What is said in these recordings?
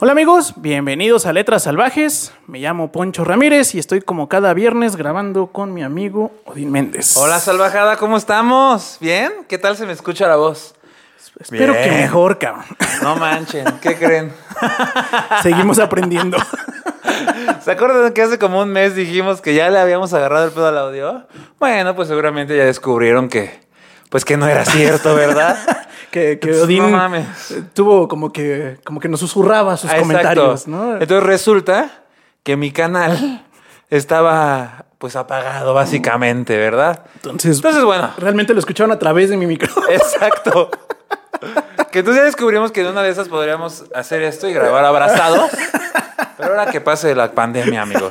Hola amigos, bienvenidos a Letras Salvajes. Me llamo Poncho Ramírez y estoy como cada viernes grabando con mi amigo Odín Méndez. Hola salvajada, ¿cómo estamos? ¿Bien? ¿Qué tal se me escucha la voz? Espero que Bien. mejor, cabrón. No manchen, ¿qué creen? Seguimos aprendiendo. ¿Se acuerdan que hace como un mes dijimos que ya le habíamos agarrado el pedo al audio? Bueno, pues seguramente ya descubrieron que pues que no era cierto, ¿verdad? que que Pues, Odín no mames. eh, tuvo como que, como que nos susurraba sus Ah, exacto. comentarios, ¿no? Entonces resulta que mi canal estaba pues apagado básicamente, ¿verdad? Entonces, Entonces, bueno. Realmente lo escucharon a través de mi micrófono. Exacto. Que entonces ya descubrimos que en una de esas podríamos hacer esto y grabar abrazados. Pero ahora que pase la pandemia, amigo.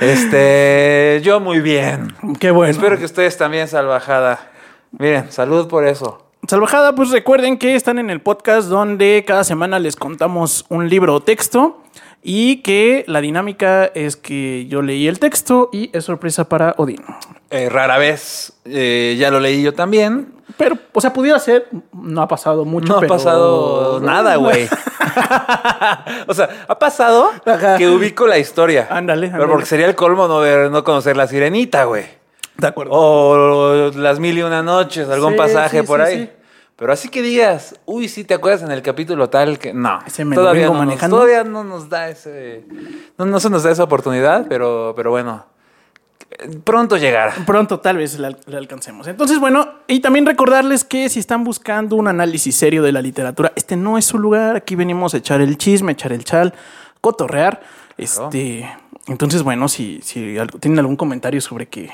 Este, yo muy bien. Qué bueno. Espero que ustedes también, salvajada. Miren, salud por eso. Salvajada, pues recuerden que están en el podcast donde cada semana les contamos un libro o texto y que la dinámica es que yo leí el texto y es sorpresa para Odín. Eh, rara vez, eh, ya lo leí yo también. Pero, o sea, pudiera ser, no ha pasado mucho. No ha pero- pasado nada, güey. o sea, ha pasado Ajá. que ubico la historia. Ándale, ándale. Pero porque sería el colmo no, ver, no conocer la sirenita, güey. De acuerdo. O las mil y una noches, algún Sí, pasaje sí, por sí, ahí. sí. Pero así que digas, uy, sí, ¿te acuerdas en el capítulo tal que no? Ese me lo todavía vengo no nos- manejando. todavía no nos da ese, no, no se nos da esa oportunidad, pero, pero bueno, eh, pronto llegará. Pronto tal vez la, la alcancemos. Entonces, bueno, y también recordarles que si están buscando un análisis serio de la literatura, este no es su lugar. Aquí venimos a echar el chisme, a echar el chal, cotorrear. Este, entonces, bueno, si, si algo- tienen algún comentario sobre que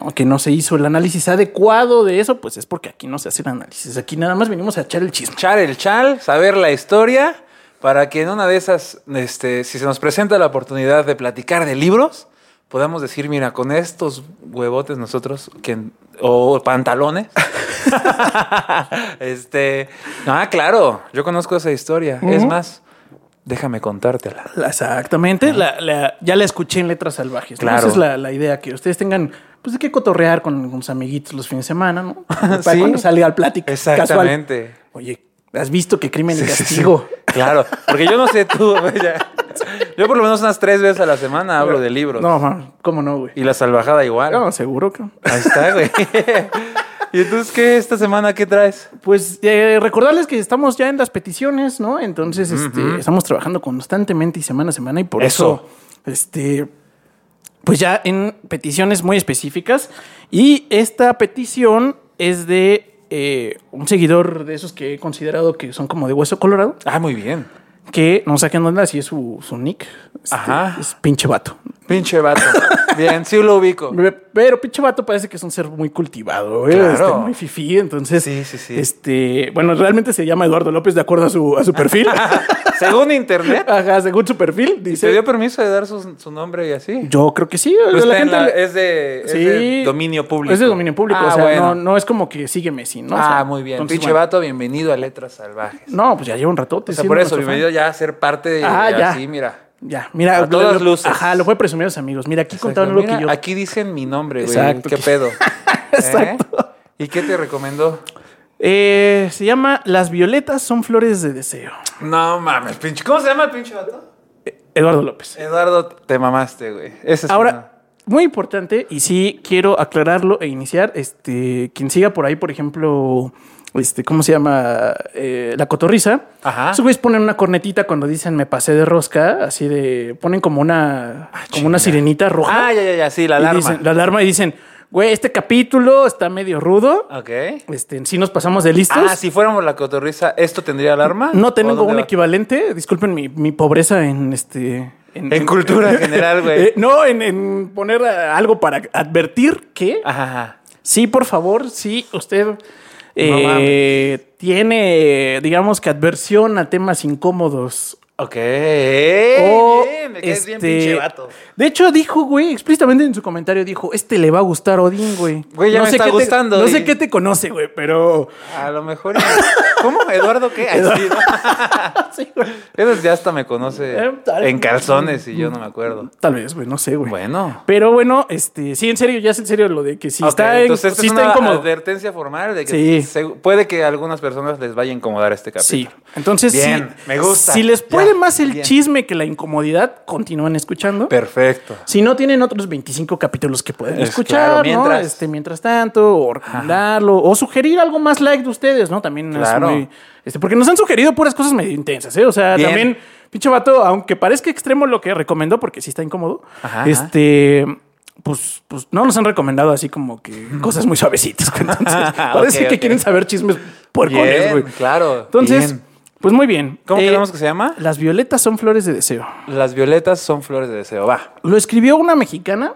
no, que no se hizo el análisis adecuado de eso, pues es porque aquí no se hace el análisis. Aquí nada más venimos a echar el chisme. Char el chal, saber la historia, para que en una de esas, este, si se nos presenta la oportunidad de platicar de libros, podamos decir, mira, con estos huevotes nosotros, que, o pantalones, este, ah, claro, yo conozco esa historia, es más, déjame contártela. La- Exactamente, la- la- ya la escuché en Letras Salvajes. ¿no? Claro. Esa es la, la idea, que ustedes tengan pues de qué cotorrear con, con sus amiguitos los fines de semana, ¿no? Para Sí. cuando salga al plática. casual. Exactamente. Oye, ¿has visto que crimen y Sí, sí, sí. castigo? Claro, porque yo no sé tú, güey, ya. yo por lo menos unas tres veces a la semana hablo de libros. No, man, ¿cómo no, güey? Y la salvajada igual. No, seguro que. Ahí está, güey. ¿Y entonces qué? ¿Esta semana qué traes? Pues eh, recordarles que estamos ya en las peticiones, ¿no? Entonces, este, estamos trabajando constantemente y semana a semana y por eso, Eso. este, pues ya en peticiones muy específicas. Y esta petición es de eh, un seguidor de esos que he considerado que son como de hueso colorado, Ah, muy bien. que no saquen onda si es su, su nick. Este, Ajá. Es pinche vato. Pinche vato. Bien, sí lo ubico. Pero pinche vato parece que es un ser muy cultivado, güey, Claro. este, muy fifí, entonces, Sí, sí, sí. este, bueno, realmente se llama Eduardo López de acuerdo a su, a su perfil, Según internet, ajá, según su perfil, se dio dice, permiso de dar su, su nombre y así. yo creo que sí, la Pero está en gente la- le- es, de, es Sí. de dominio público. Es de dominio público, Ah, o sea, no, bueno. no es como que sigue Messi, ¿no? O sea, ah, muy bien. entonces, Pinche bueno. vato, bienvenido a Letras Salvajes. No, pues ya lleva un ratote. O sea, siendo por eso, nuestro fan. bienvenido ya a ser parte de, Ah, ya. así, mira. Ya, mira, A lo- todas lo- luces. Ajá, lo fue presumir a los amigos. Mira, aquí contaron lo Mira, que yo. Aquí dicen mi nombre, güey. Exacto. ¿Qué pedo? ¿Eh? Exacto. ¿Y qué te recomendó? Eh, se llama Las violetas son flores de deseo. No mames, pinche. ¿Cómo se llama el pinche vato? Eduardo López. Eduardo, te mamaste, güey. Ese es Ahora, muy importante, y sí quiero aclararlo e iniciar, este, quien siga por ahí, por ejemplo, este, ¿cómo se llama? Eh, la cotorriza. Ajá. Esos güeyes ponen una cornetita cuando dicen me pasé de rosca, así de, ponen como una, como una sirenita roja. Ah, ya, ya, ya, sí, Ah, la y alarma. dicen- la alarma y dicen, güey, este capítulo está medio rudo. Ok. Este, si nos pasamos de listos. Ah, si fuéramos la cotorriza, ¿esto tendría alarma? No ¿O tengo dónde un va? equivalente. Disculpen mi, mi pobreza en este. En, En cultura en general, güey. Eh, no, en, en poner eh, algo para advertir que. Ajá, ajá. Sí, por favor, si usted eh, tiene, digamos que adversión a temas incómodos. Ok. o, Bien, me caes este, bien, pinche vato. De hecho, dijo, güey, explícitamente en su comentario, dijo: Este le va a gustar a Odín, güey. Güey, ya me está qué te- gustando, No y- sé qué te conoce, güey, pero. A lo mejor. ¿Cómo? ¿Eduardo qué? Ay, sí, ¿no? Sí, güey. Esos ya hasta me conoce Eh, tal- en calzones y yo no me acuerdo. Tal vez, güey, no sé, güey. Bueno. Pero bueno, este, sí, en serio, ya es en serio lo de que si Ok, está, en, entonces esta si es está una incómodo. advertencia formal de que Sí. se- puede que a algunas personas les vaya a incomodar este capítulo. Sí. Entonces, Bien, si, me gusta. si les Ya. puede agrade más el bien. chisme que la incomodidad, continúen escuchando. Perfecto. si no tienen otros 25 capítulos que pueden Es escuchar, claro, mientras. mientras. Este, mientras tanto, o recomendarlo, o sugerir algo más like de ustedes, ¿no? También es Claro. muy- este, porque nos han sugerido puras cosas medio intensas, ¿eh? O sea, Bien. también, pinche vato, aunque parezca extremo lo que recomendó, porque sí está incómodo, Ajá, ajá. este, pues, pues no nos han recomendado así como que cosas muy suavecitas. güey. Entonces, parece Ok, que ok. quieren saber chismes puercones, Bien, güey. claro, Entonces, bien. pues muy bien. ¿Cómo Eh, quedamos que se llama? Las violetas son flores de deseo. Las violetas son flores de deseo. Va. Lo escribió una mexicana.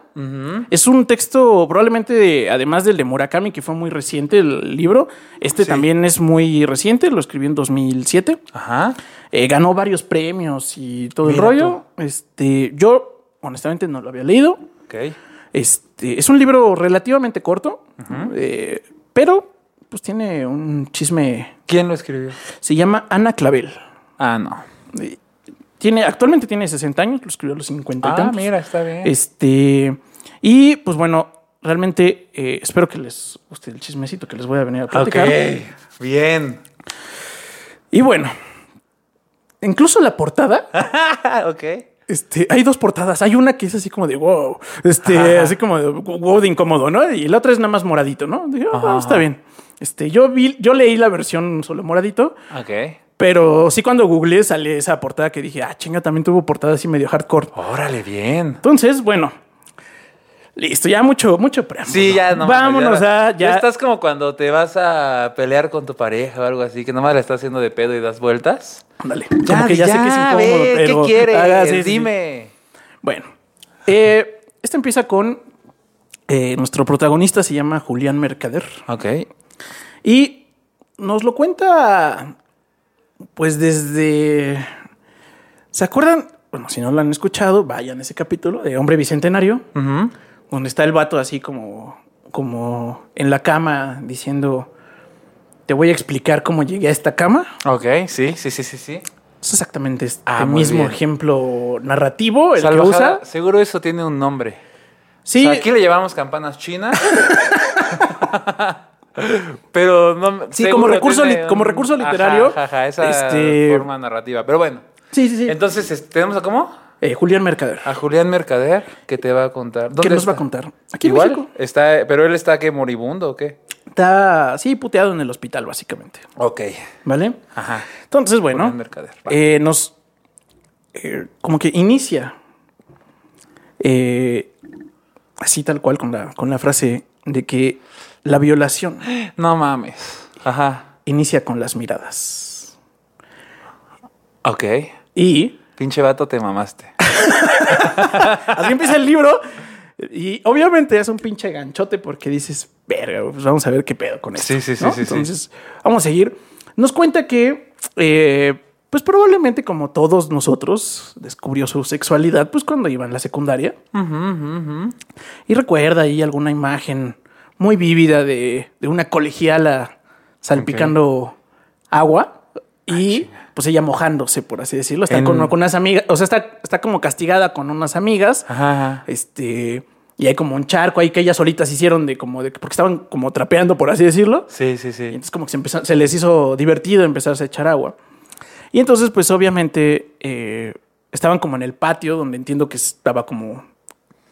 Es un texto probablemente, de- además del de Murakami, que fue muy reciente el libro. Este Sí. también es muy reciente, lo escribió en 2007. Ajá. Eh, ganó varios premios y todo el Mira rollo. Este, yo, honestamente, no lo había leído. Ok. Este, es un libro relativamente corto, eh, pero pues tiene un chisme. ¿Quién lo escribió? Se llama Ana Clavel. Ah, no. Eh, Tiene, actualmente tiene 60 años, lo escribió a los 50 y Ah, tantos. mira, está bien. Este. Y pues bueno, realmente eh, espero que les guste el chismecito que les voy a venir a ok. platicar. Bien. Y bueno, incluso la portada, ok. este, hay dos portadas. Hay una que es así como de wow, este, Ajá. así como de wow de incómodo, ¿no? Y la otra es nada más moradito, ¿no? Digo, ah, Ajá. está bien. Este, yo vi, yo leí la versión solo moradito, Ok. pero sí cuando googleé sale esa portada que dije, ah, chinga, también tuvo portada así medio hardcore. Órale, bien. Entonces, bueno, listo, ya mucho, mucho preámbulo. Sí, ya no. Vámonos ya, a ya. Estás como cuando te vas a pelear con tu pareja o algo así, que nomás le estás haciendo de pedo y das vueltas. Ándale. Como que ya, sé que es incómodo, ve, pero- ¿Qué quieres? Ah, sí, sí, sí. Dime. Bueno, eh, esto empieza con eh, nuestro protagonista se llama Julián Mercader Ok. y nos lo cuenta, pues desde. ¿Se acuerdan? Bueno, si no lo han escuchado, vayan a ese capítulo de Hombre Bicentenario, Ujú. donde está el vato así como, como en la cama diciendo: Te voy a explicar cómo llegué a esta cama. Ok, sí, sí, sí, sí, sí. Es exactamente este Ah, muy mismo bien. ejemplo narrativo, el que Salvajada, usa. Seguro eso tiene un nombre. Sí, O sea, aquí le llamamos campanas chinas. Pero no. Sí, seguro como recurso tiene li- como recurso literario, Ajá, ajá, esa este- forma narrativa. Pero bueno. sí, sí. sí. Entonces, es- ¿tenemos a cómo? Eh, Julián Mercader. A Julián Mercader, que te va a ¿Qué contar. Ah, ¿Dónde nos va a está? contar? Aquí en Igual México. está, pero él está que moribundo o qué? Está, sí, puteado en el hospital, básicamente. Ok. ¿Vale? Ajá. Entonces, bueno, Julián Mercader, va. eh, nos. eh, como que inicia. eh, así tal cual con la, con la frase de que la violación No mames. Ajá. inicia con las miradas. Ok. Y Pinche vato te mamaste. Así empieza el libro. Y obviamente es un pinche ganchote porque dices, verga, pues vamos a ver qué pedo con esto. Sí, sí, sí, ¿no? sí, sí. Entonces, vamos a seguir. Nos cuenta que, eh, pues probablemente como todos nosotros, descubrió su sexualidad, pues cuando iba en la secundaria. Y recuerda ahí alguna imagen muy vívida de, de una colegiala salpicando agua. Y pues ella mojándose, por así decirlo. Está En- con, con unas amigas, o sea, está, está como castigada con unas amigas. Ajá. Este. Y hay como un charco ahí que ellas solitas hicieron de como de porque estaban como trapeando, por así decirlo. Sí, sí, Y sí. entonces como que se, empezó- se les hizo divertido empezarse a echar agua. Y entonces, pues obviamente, eh, estaban como en el patio, donde entiendo que estaba como,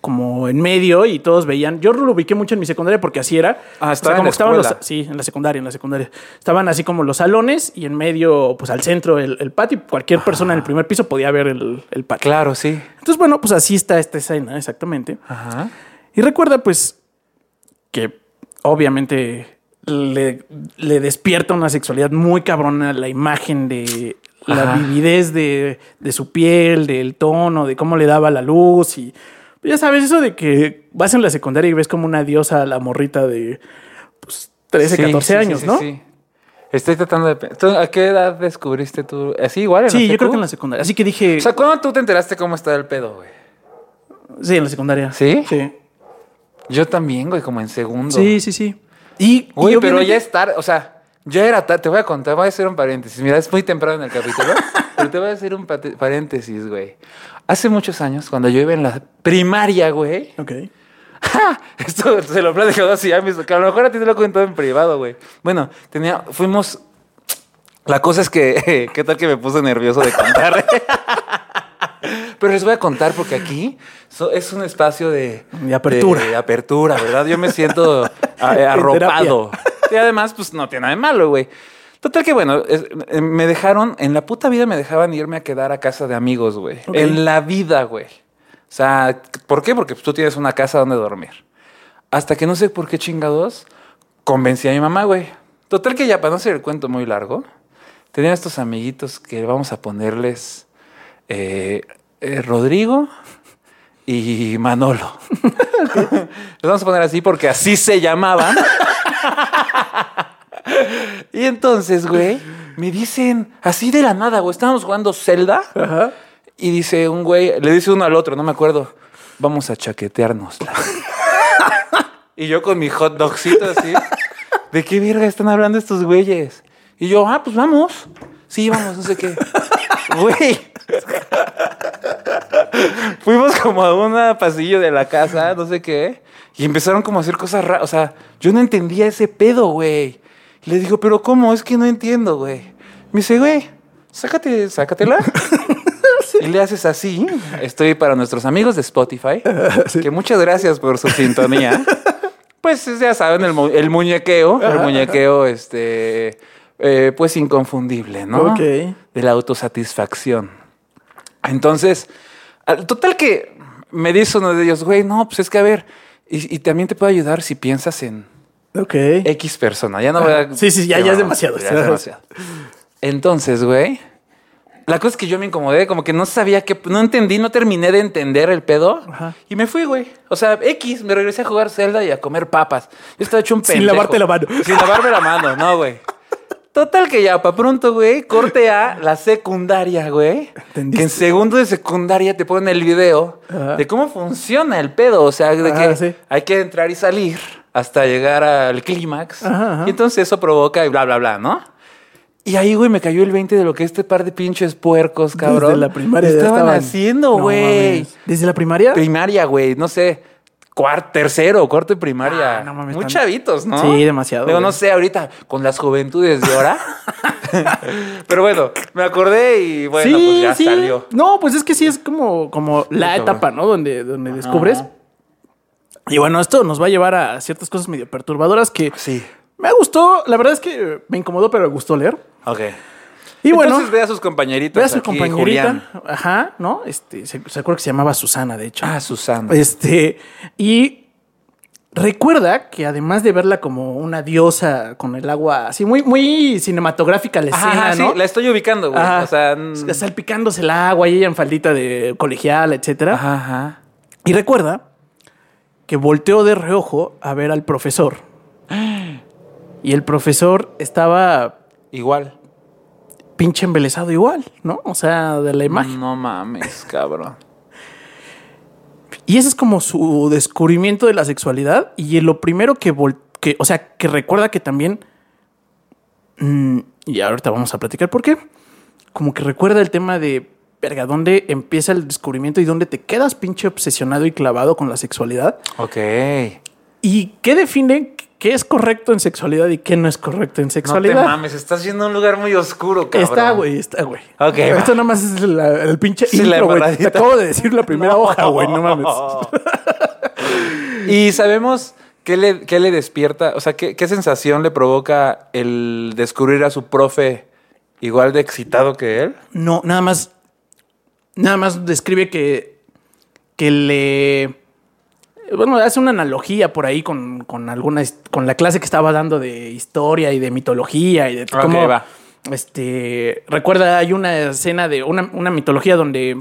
como en medio y todos veían. Yo lo ubiqué mucho en mi secundaria porque así era. Ah, estaba en como la que estaban los- escuela. Sí, en la secundaria, en la secundaria. Estaban así como los salones y en medio, pues al centro el, el patio. Cualquier persona en Ah. el primer piso podía ver el, el patio. Claro, sí. Entonces, bueno, pues así está esta escena, exactamente. Ajá. Y recuerda, pues, que obviamente le, le despierta una sexualidad muy cabrona la imagen de la Ajá. vividez de, de su piel, del tono, de cómo le daba la luz y... pues, Ya sabes, eso de que vas en la secundaria y ves como una diosa a la morrita de pues, 13, Sí, 14 sí, años, sí, sí, ¿no? Sí, sí. Estoy tratando de. pe- ¿Tú ¿A qué edad descubriste tú? ¿Así igual? en la yo secu? creo que en la secundaria. Así que dije... O sea, ¿cuándo tú te enteraste cómo está el pedo, güey? sí, en la secundaria. ¿Sí? Sí, Yo también, güey, como en segundo. sí, sí. sí. Y, Güey, y pero obviamente- ya es tarde, o sea, ya era tarde, te voy a contar, voy a hacer un paréntesis. Mira, es muy temprano en el capítulo, pero te voy a hacer un pate- paréntesis, güey. Hace muchos años, cuando yo iba en la primaria, güey, Ok. ¡ja! esto se lo platico así, ya mismo, que a lo mejor a ti te lo he contado en privado, güey. Bueno, tenía, fuimos, La cosa es que, ¿qué tal que me puse nervioso de contar? Pero les voy a contar porque aquí so- es un espacio de, De apertura. de apertura, ¿verdad? Yo me siento a- En arropado. Y además, pues no tiene nada de malo, güey. Total que bueno, es- eh, me dejaron, en la puta vida me dejaban irme a quedar a casa de amigos, güey. Ok. En la vida, güey. O sea, ¿por qué? Porque pues, tú tienes una casa donde dormir. Hasta que no sé por qué chingados, convencí a mi mamá, güey. Total que ya, para no hacer el cuento muy largo, tenía estos amiguitos que vamos a ponerles eh, eh, Rodrigo y Manolo. Los vamos a poner así porque así se llamaban. y entonces, güey, me dicen así de la nada, güey. Estábamos jugando Zelda Ajá. y dice un güey, le dice uno al otro, no me acuerdo, vamos a chaquetearnos. y yo con mi hot dogcito así, ¿de qué verga están hablando estos güeyes? Y yo, ah, pues vamos. Sí, vamos, no sé qué. Güey. Fuimos como a un pasillo de la casa, no sé qué. Y empezaron como a hacer cosas raras. O sea, yo no entendía ese pedo, güey. Y le digo, pero ¿cómo? Es que no entiendo, güey. Me dice, güey, sácate, sácatela. Y le haces así. Estoy para nuestros amigos de Spotify. Que muchas gracias por su sintonía. Pues ya saben, el, mu- el muñequeo. El muñequeo, este. eh, pues inconfundible, ¿no? Ok. De la autosatisfacción. Entonces, al- total que me dice uno de ellos, güey, no, pues es que a ver. Y, y también te puedo ayudar si piensas en Ok. X persona. Ya no voy a. Sí, sí, ya- ya es demasiado. Ya es demasiado. Entonces, güey. La cosa es que yo me incomodé, como que no sabía que no entendí, no terminé de entender el pedo. Ajá. Y me fui, güey. O sea, X, me regresé a jugar Zelda y a comer papas. Yo estaba hecho un Sin pendejo. lavarte la mano. Sin lavarme la mano, no, güey. Total que ya, pa' pronto, güey, corte a la secundaria, güey. Entendiste. Que en segundo de secundaria te ponen el video Ajá. de cómo funciona el pedo. O sea, de Ah, que sí. hay que entrar y salir hasta llegar al clímax. Ajá, ajá. Y entonces eso provoca y bla, bla, bla, ¿no? Y ahí, güey, me cayó el 20 de lo que este par de pinches puercos, cabrón. Desde la primaria ya estaban, estaban haciendo, No güey. mames. ¿Desde la primaria? primaria, güey, no sé. Cuarto, tercero, cuarto de primaria. Ah, no mames, Muy tan- chavitos, ¿no? Sí, demasiado, Digo, no güey. sé, ahorita con las juventudes de ahora. Pero bueno, me acordé y bueno, pues ya salió. No, pues es que sí es como, como la Puta, etapa, ¿no? Donde, donde descubres. Y bueno, esto nos va a llevar a ciertas cosas medio perturbadoras que Sí. me gustó. La verdad es que eh, me incomodó, pero me gustó leer. Ok. Y bueno, Entonces ve a sus compañeritos. ve a su aquí, compañerita. Julián. Ajá, ¿no? Este, se, se acuerda que se llamaba Susana, de hecho. Ah, Susana. Este, y recuerda que además de verla como una diosa con el agua así, muy, muy cinematográfica la escena, Ajá, sí, ¿no? la estoy ubicando, güey. Ajá. O sea, S- salpicándose el agua y ella en faldita de colegial, etcétera. Ajá, ajá. Y recuerda que volteó de reojo a ver al profesor. Y el profesor estaba Igual. pinche embelesado igual, ¿no? O sea, de la imagen. No mames, cabrón. Y ese es como su descubrimiento de la sexualidad. Y lo primero que, vol- que o sea, que recuerda que también. mm, y ahorita vamos a platicar por qué. Como que recuerda el tema de. Verga, ¿dónde empieza el descubrimiento y dónde te quedas pinche obsesionado y clavado con la sexualidad? Ok. ¿Y qué define qué es correcto en sexualidad y qué no es correcto en No te sexualidad? mames, estás yendo a un lugar muy oscuro, cabrón. Está, güey, está, güey. Ok, va. Esto nada más es la- el pinche Sí, la intro, güey. Te embarradita. acabo de decir la primera hoja, güey. No mames. y sabemos qué le, qué le despierta, o sea, qué, qué sensación le provoca el descubrir a su profe igual de excitado que él. No, nada más. Nada más describe que. Que le. Bueno, hace una analogía por ahí con, con alguna. his- Con la clase que estaba dando de historia y de mitología y de Ok, cómo. va. Este. Recuerda, hay una escena de. Una, una mitología donde.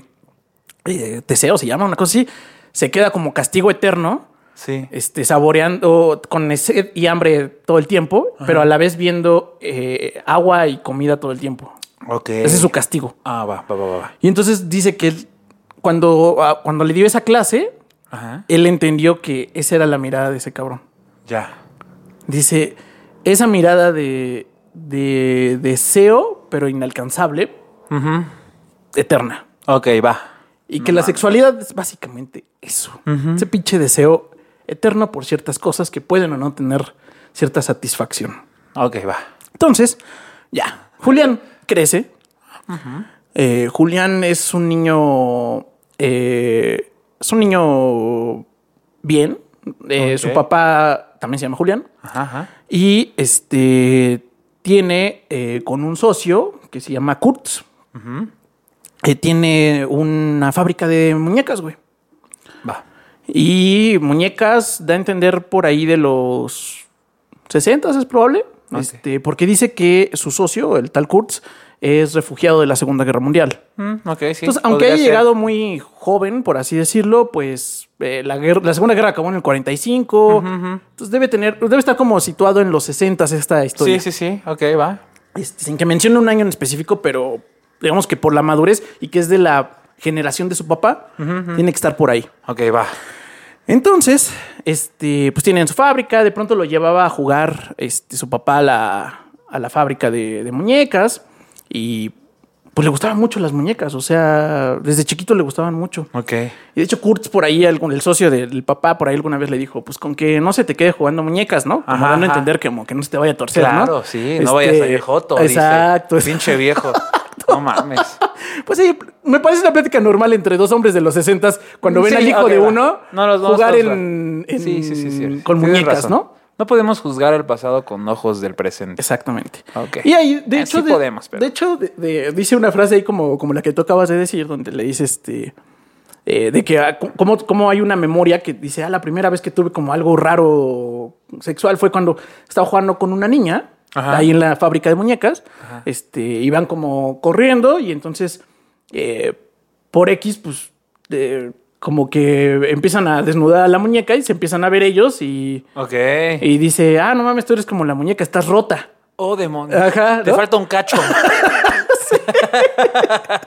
eh, Teseo se llama, una cosa así. Se queda como castigo eterno Sí. este, saboreando con sed y hambre todo el tiempo, pero a la vez viendo eh, agua y comida todo el tiempo. Ok. Ese es su castigo. Ah, va, va, va, va, va. Y entonces dice que él, cuando, a- cuando le dio esa clase, Ajá. él entendió que esa era la mirada de ese cabrón. Ya. Dice, esa mirada de, de deseo, pero inalcanzable, Ujú. eterna. Ok, va. Y que la sexualidad es básicamente eso. Ese pinche deseo eterno por ciertas cosas que pueden o no tener cierta satisfacción. Ok, va. Entonces, ya. Julián crece. Eh, Julián es un niño. eh, es un niño bien. Eh, Su Ok. papá también se llama Julián. Ajá, ajá. Y este tiene eh, con un socio que se llama Kurtz. que tiene una fábrica de muñecas, güey. Va. Y muñecas da a entender por ahí de los 60 es probable. Ok. Este, porque dice que su socio, el tal Kurtz, es refugiado de la Segunda Guerra Mundial. Mm, ok, sí. Entonces, aunque podría haya ser. llegado muy joven, por así decirlo, pues eh, la, guerra- la Segunda Guerra acabó en el 45. Entonces debe tener, debe estar como situado en los 60 esta historia. Sí, sí, sí. Ok, va. Este, sin que mencione un año en específico, pero digamos que por la madurez y que es de la generación de su papá, tiene que estar por ahí. Ok, va. Entonces, este, pues tienen su fábrica, de pronto lo llevaba a jugar este, su papá a la, a la fábrica de, de muñecas y pues le gustaban mucho las muñecas, o sea, desde chiquito le gustaban mucho. Ok. Y de hecho Kurtz por ahí, algún- el socio del papá por ahí alguna vez le dijo, pues con que no se te quede jugando muñecas, ¿no? Como Ajá, dando a ajá. entender que como que no se te vaya a torcer, ¿no? Claro, sí. No vayas a Este, ir joto. Exacto. Dice. Pinche viejo. no mames. Pues sí, me parece una plática normal entre dos hombres de los 60 cuando ven Mm, Sí, al hijo ok, de va. uno No los vamos jugar a en, juzgar. en- Sí, sí, sí, sí. con Tienes muñecas, razón. ¿no? No podemos juzgar el pasado con ojos del presente. Exactamente. Ok. Y ahí, de hecho, Así de, podemos, pero- de hecho, de- de- dice una frase ahí como, como la que tú acabas de decir, donde le dice este. eh, de que ah, c- cómo, cómo hay una memoria que dice, ah, la primera vez que tuve como algo raro sexual fue cuando estaba jugando con una niña, Ajá. ahí en la fábrica de muñecas, este, iban como corriendo y entonces eh, por X, pues, eh, como que empiezan a desnudar a la muñeca y se empiezan a ver ellos y, Ok. y dice, ah, no mames, tú eres como la muñeca, estás rota. Oh, demonios. Ajá, Te ¿no? falta un cacho. A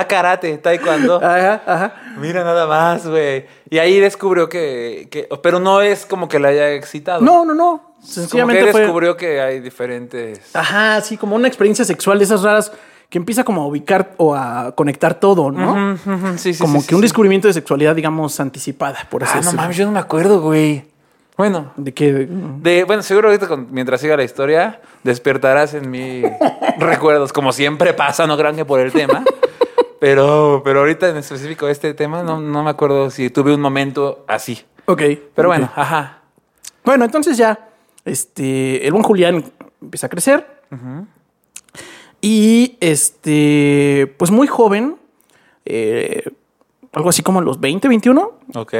Ah, karate, taekwondo. Ajá, ajá. Mira nada más, güey. Y ahí descubrió que, que- Pero no es como que la haya excitado. No, no, no. Como que Sencillamente fue. Ah, descubrió que hay diferentes. Ajá, sí, como una experiencia sexual de esas raras que empieza como a ubicar o a conectar todo, ¿no? Ujú, ujú, sí, sí, como sí, que un sí, sí. descubrimiento de sexualidad, digamos, anticipada, por así Ah, no decirlo. mames, yo no me acuerdo, güey. Bueno, De que. mm, de, bueno, seguro ahorita con- mientras siga la historia, despertarás en mí recuerdos, como siempre pasa, no crean que por el tema. Pero, pero ahorita en específico este tema, no, no me acuerdo si tuve un momento así. Ok. Pero ok. bueno, ajá. Bueno, entonces ya. Este. El buen Julián empieza a crecer. Y este. Pues muy joven. eh, algo así como a los 20, 21. Ok.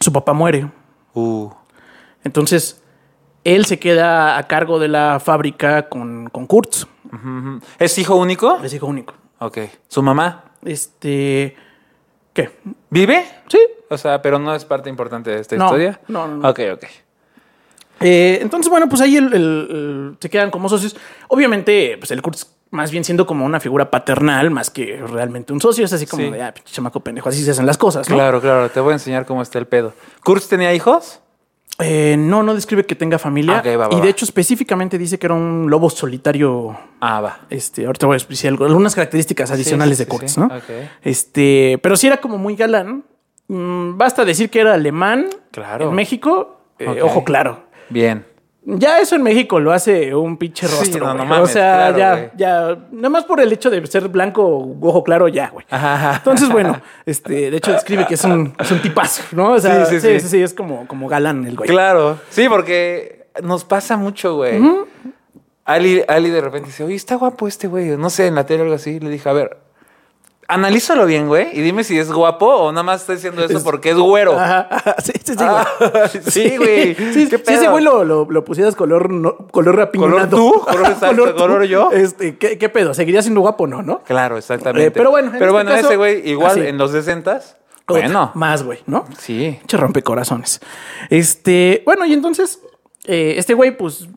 Su papá muere. Uh. Entonces, él se queda a cargo de la fábrica con, con Kurtz, Ujú. ¿Es hijo único? es hijo único. Ok. ¿Su mamá Este. ¿Qué? vive? Sí. O sea, pero no es parte importante de esta No, historia. no, no, no. Ok, ok. Eh, entonces, bueno, pues ahí el- el- el- se quedan como socios. Obviamente, pues el Kurtz, más bien siendo como una figura paternal, más que realmente un socio, es así como Sí. de, ah, pinche chamaco pendejo, así se hacen las cosas, ¿no? Claro, claro. Te voy a enseñar cómo está el pedo. ¿Kurtz tenía hijos? Eh, no, no describe que tenga familia. Ah, Ok, va, va, y de va. hecho, específicamente dice que era un lobo solitario Ah, va. Este, ahorita voy a explicar algo- algunas características adicionales sí, de sí, Kurtz, sí. ¿no? Ok. Este, pero sí era como muy galán. Mm, basta decir que era alemán. Claro. En México, eh, Ok. ojo claro. Bien. Ya eso en México lo hace un pinche Sí, rostro. no, no güey. o mames, sea, claro, güey. ya, ya, nada más por el hecho de ser blanco, ojo claro, ya, güey. Ajá. Entonces, bueno, este, de hecho describe que es un, es un tipazo, ¿no? O sea, sí, sí, sí, es como, como galán el güey. Claro. Sí, porque nos pasa mucho, güey. Ali, Ali de repente dice, oye, está guapo este güey. No sé, en la tele o algo así. Le dije, a ver, analízalo bien, güey, y dime si es guapo o nada más está diciendo eso Es- porque es güero. Ajá, ajá, sí, sí, sí, güey. Ah, sí, güey. Sí, si ¿Qué pedo? ese güey lo, lo, lo pusieras color, no- color rapiñonado. ¿Color tú? ¿Color exacto? ¿Color yo? Este, ¿qué, qué pedo? ¿Seguiría siendo guapo no, no? Claro, exactamente. Eh, pero bueno, en pero este bueno, caso, ese güey, igual así. en los 60 Otra, Bueno, Más, güey, ¿no? sí. Pinche rompecorazones. Este, bueno, y entonces, eh, este güey, pues,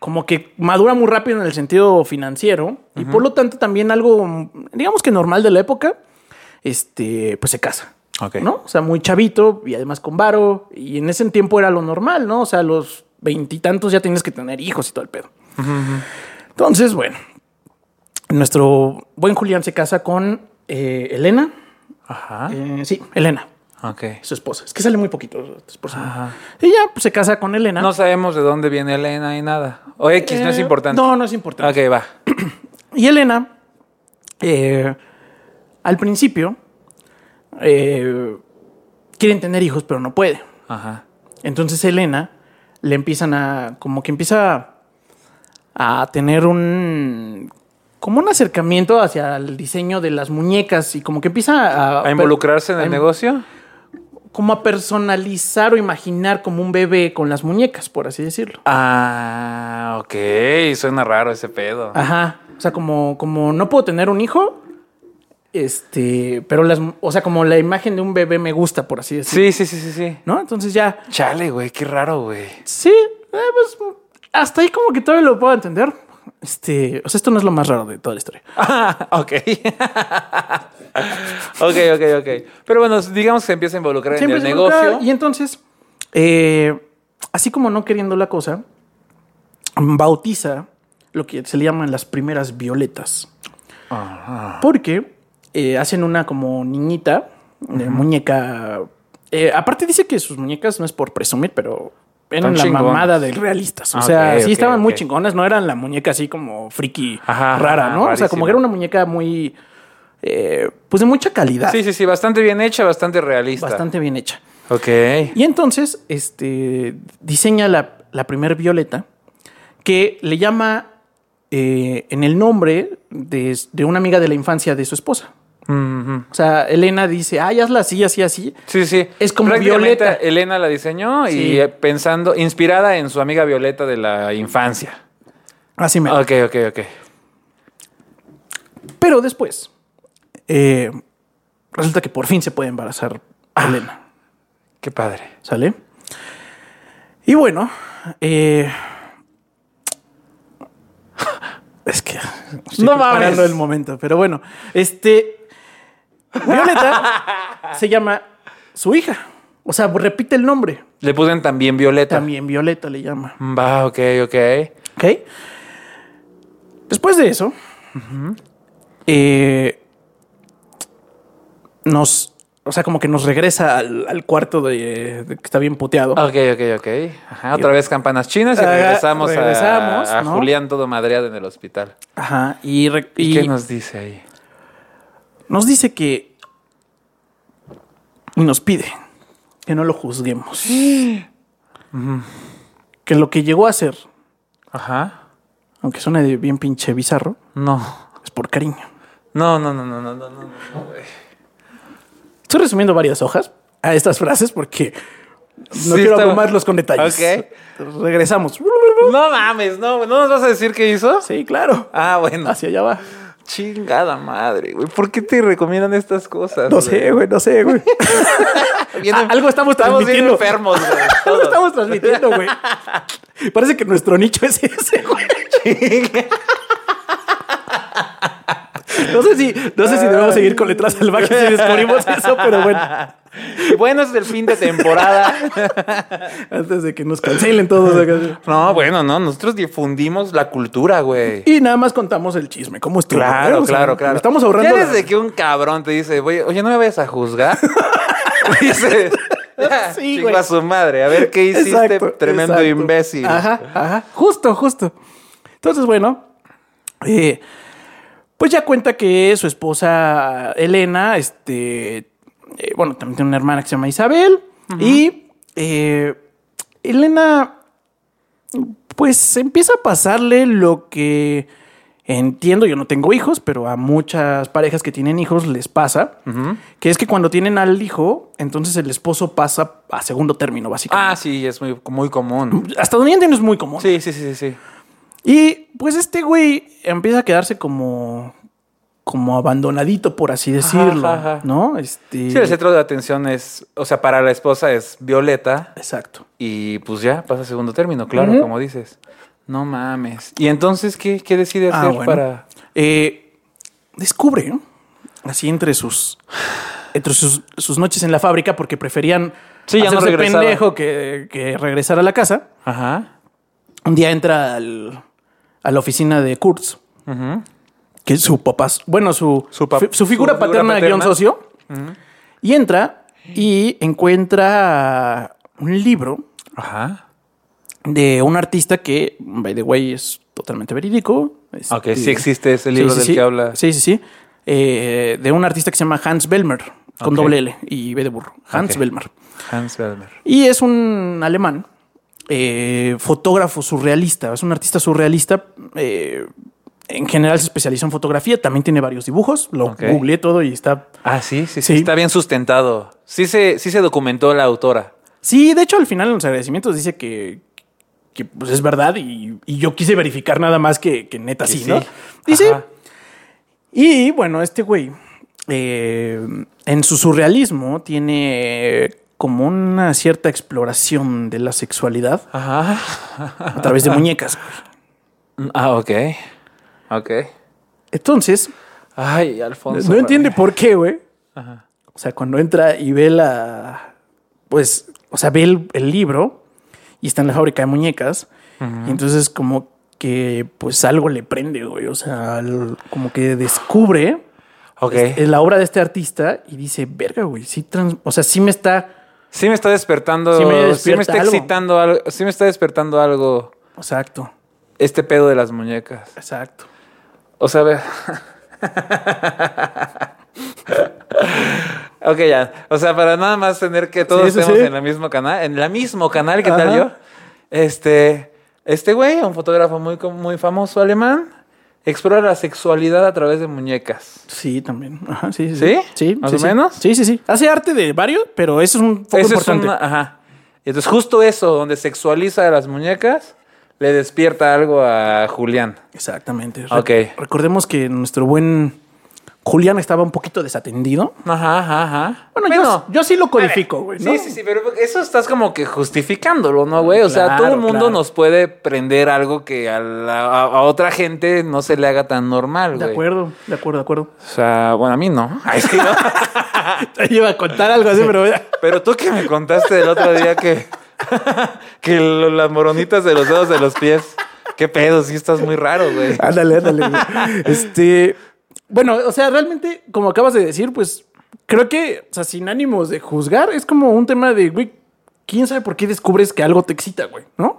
como que madura muy rápido en el sentido financiero. Y por lo tanto, también algo, mm, digamos que normal de la época, este, pues se casa. Ok. ¿No? O sea, muy chavito y además con varo. Y en ese tiempo era lo normal, ¿no? O sea, a los veintitantos ya tienes que tener hijos y todo el pedo. Entonces, bueno, nuestro buen Julián se casa con eh, Elena. Ajá. Eh, sí, Elena. Ok. su esposa. Es que sale muy poquito es por su- Ajá. Y ya pues, se casa con Elena. No sabemos de dónde viene Elena y nada. O X, no es Eh, importante. No, no es importante. Ok, va. Y Elena, eh, al principio, eh, quieren tener hijos, pero no puede. Ajá. Entonces Elena le empiezan a, como que empieza a tener un, como un acercamiento hacia el diseño de las muñecas y como que empieza a... ¿A involucrarse en a el im- negocio? Como a personalizar o imaginar como un bebé con las muñecas, por así decirlo. Ah, ok. Suena raro ese pedo. Ajá. O sea, como, como no puedo tener un hijo, este, pero las, o sea, como la imagen de un bebé me gusta, por así decirlo. Sí, sí, sí, sí, sí. ¿No? Entonces ya, Chale, güey, qué raro, güey. sí, eh, pues hasta ahí como que todavía lo puedo entender. Este, o sea, esto no es lo más raro de toda la historia. Ah, ok. ok, ok, ok. Pero bueno, digamos que se empieza a involucrar Siempre en se el involucra, negocio. Y entonces, eh, así como no queriendo la cosa, bautiza lo que se le llaman las primeras violetas. Ajá. Porque eh, hacen una como niñita, eh, muñeca. eh, aparte dice que sus muñecas no es por presumir, pero eran Están la chingonas. mamada de realistas. O Ah, sea, ok, sí ok, estaban muy ok. chingonas, no eran la muñeca así como friki Ajá, rara, ajá, ¿no? O sea, como rarísima. que era una muñeca muy. eh, pues de mucha calidad. Sí, sí, sí, bastante bien hecha, bastante realista. Bastante bien hecha. Ok. Y entonces, este, diseña la, la primer violeta que le llama eh, en el nombre de, de una amiga de la infancia de su esposa. Mhm. O sea, Elena dice, ay, hazla así, así, así. Sí, sí. Es como Prácticamente Violeta. Elena la diseñó Sí. y eh, pensando, inspirada en su amiga Violeta de la infancia. Así me. Ok, ok, ok. Pero después, eh, resulta que por fin se puede embarazar Ah. a Elena, Qué padre. ¿sale? Y bueno, eh, es que estoy No preparando mames. el momento, pero bueno, este Violeta se llama su hija, o sea, repite el nombre. Le pusieron también Violeta. También Violeta le llama. Va, ok, ok. ¿Ok? Después de eso, eh, nos. O sea, como que nos regresa al, al cuarto de, de que está bien puteado. Ok, ok, ok. Ajá, otra vez campanas chinas y Ah, regresamos, a- regresamos, a, ¿no? Julián todo madreado en el hospital. Ajá. Y, re- ¿Y, y qué nos? nos dice ahí? dice que. Y nos pide que no lo juzguemos. que lo que llegó a hacer, Ajá. aunque suene de bien pinche bizarro, No. es por cariño. No, no, no, no, no, no, no, no, güey. Estoy resumiendo varias hojas a estas frases porque no Sí, quiero está- abrumarlos con detalles. Ok. Regresamos. No mames, no, ¿no nos vas a decir qué hizo? Sí, claro. Ah, bueno. Hacia allá va. Chingada madre, güey. ¿Por qué te recomiendan estas cosas? No sé, güey, no sé, güey. Bien- Ah, algo estamos estamos bien transmitiendo. enfermos, güey. Algo todos. estamos transmitiendo, güey. Parece que nuestro nicho es ese, güey. No sé si, no sé si debemos seguir con letras salvajes si descubrimos eso, pero bueno, Bueno, es del fin de temporada. antes de que nos cancelen todos. acá. No, bueno, no. Nosotros difundimos la cultura, güey. Y nada más contamos el chisme, cómo estuvo. ¿eh? Claro, O sea, claro, claro. Estamos ahorrando. Ya la- desde que un cabrón te dice, oye, oye, no me vayas a juzgar. Dices, ya, Sí, chingo güey. a su madre. A ver qué hiciste, Exacto, tremendo exacto. imbécil. Ajá, ajá. Justo, justo. Entonces, bueno, eh, pues ya cuenta que su esposa Elena, este, eh, bueno, también tiene una hermana que se llama Isabel. Y eh, Elena, pues empieza a pasarle lo que entiendo, yo no tengo hijos, pero a muchas parejas que tienen hijos les pasa, que es que cuando tienen al hijo, entonces el esposo pasa a segundo término, básicamente. Ah, sí, es muy, muy común. Hasta donde yo entiendo es muy común. Sí, sí, sí, sí, sí. Y pues este güey empieza a quedarse como como abandonadito, por así decirlo, ajá, ajá. ¿no? Este... Sí, el centro de atención es, o sea, para la esposa es Violeta Exacto. y pues ya pasa a segundo término, claro, Ujú. como dices. No mames. ¿Y entonces qué, qué decide Ah, hacer bueno. para...? Eh, descubre, ¿no? así entre sus entre sus, sus noches en la fábrica, porque preferían Sí, ya no hacerse regresaba. pendejo que, que regresar a la casa. Ajá. Un día entra al- a la oficina de Kurtz, Ujú. que es su papá, bueno, su, Su pap- fi- su figura su figura paterna, guión paterna. socio, y entra y encuentra un libro Ajá. de un artista que, by the way, es totalmente verídico. Ok, Este, sí existe ese libro sí, sí, del sí. que habla. Sí, sí, sí. Eh, de un artista que se llama Hans Bellmer, con Ok. doble L y B de burro. Hans Ok. Bellmer. Hans Bellmer. Y es un alemán, eh, fotógrafo surrealista, es un artista surrealista. eh, en general se especializa en fotografía, también tiene varios dibujos. Lo Ok. googleé todo y está. Ah, sí, sí, sí, Sí. Está bien sustentado. Sí se, sí se documentó la autora. Sí, de hecho, al final en los agradecimientos dice que, que, pues, es verdad y, y yo quise verificar nada más que, que neta Que sí, ¿no? Y sí, Ajá. Y bueno, este güey, eh, en su surrealismo, tiene como una cierta exploración de la sexualidad Ajá. a través de muñecas. Ah, ok. Ok. Entonces, Ay, Alfonso. no entiende Ramírez. por qué, güey. Ajá. O sea, cuando entra y ve la. Pues, o sea, ve el, el libro y está en la fábrica de muñecas. Y entonces, como que, pues algo le prende, güey. O sea, el- como que descubre Ok. es- la obra de este artista y dice, verga, güey, sí, trans- o sea, sí me está. Sí me está despertando. Sí Sí me me, despierta está algo. excitando algo. Sí me está despertando algo. Exacto, Este pedo de las muñecas. exacto. O sea, a ver. ok, ya. O sea, para nada más tener que todos Sí, sí, estemos sí. en el mismo canal. En el mismo canal, ¿qué tal Ajá. yo? Este. Este güey, un fotógrafo muy, com- muy famoso alemán, explora la sexualidad a través de muñecas. Sí, también. Ajá, sí, sí. ¿Sí? Sí, ¿Más sí, o sí. menos? Sí, sí, sí. Hace arte de varios, pero eso es un foco Eso es importante. una- ajá. Y Entonces, justo eso, donde sexualiza a las muñecas, le despierta algo a Julián. Exactamente. Ok. Recordemos que nuestro buen Julián estaba un poquito desatendido. Ajá, ajá, ajá. Bueno, yo- yo, sí lo codifico, güey. ¿no? Sí, sí, sí, pero eso estás como que justificándolo, ¿no, güey? O sea, Claro, todo el mundo claro. nos puede prender algo que a, la- a- a otra gente no se le haga tan normal, güey. De acuerdo, de acuerdo, de acuerdo. O sea, bueno, a mí no. Ay, sí, ¿no? Te iba a contar algo así, pero Pero tú que me contaste el otro día que, que lo- las moronitas de los dedos de los pies. Qué pedo, sí estás muy raro, güey. Ándale, ándale. güey. Este. Bueno, o sea, realmente, como acabas de decir, pues creo que, o sea, sin ánimos de juzgar, es como un tema de, güey, quién sabe por qué descubres que algo te excita, güey, ¿no?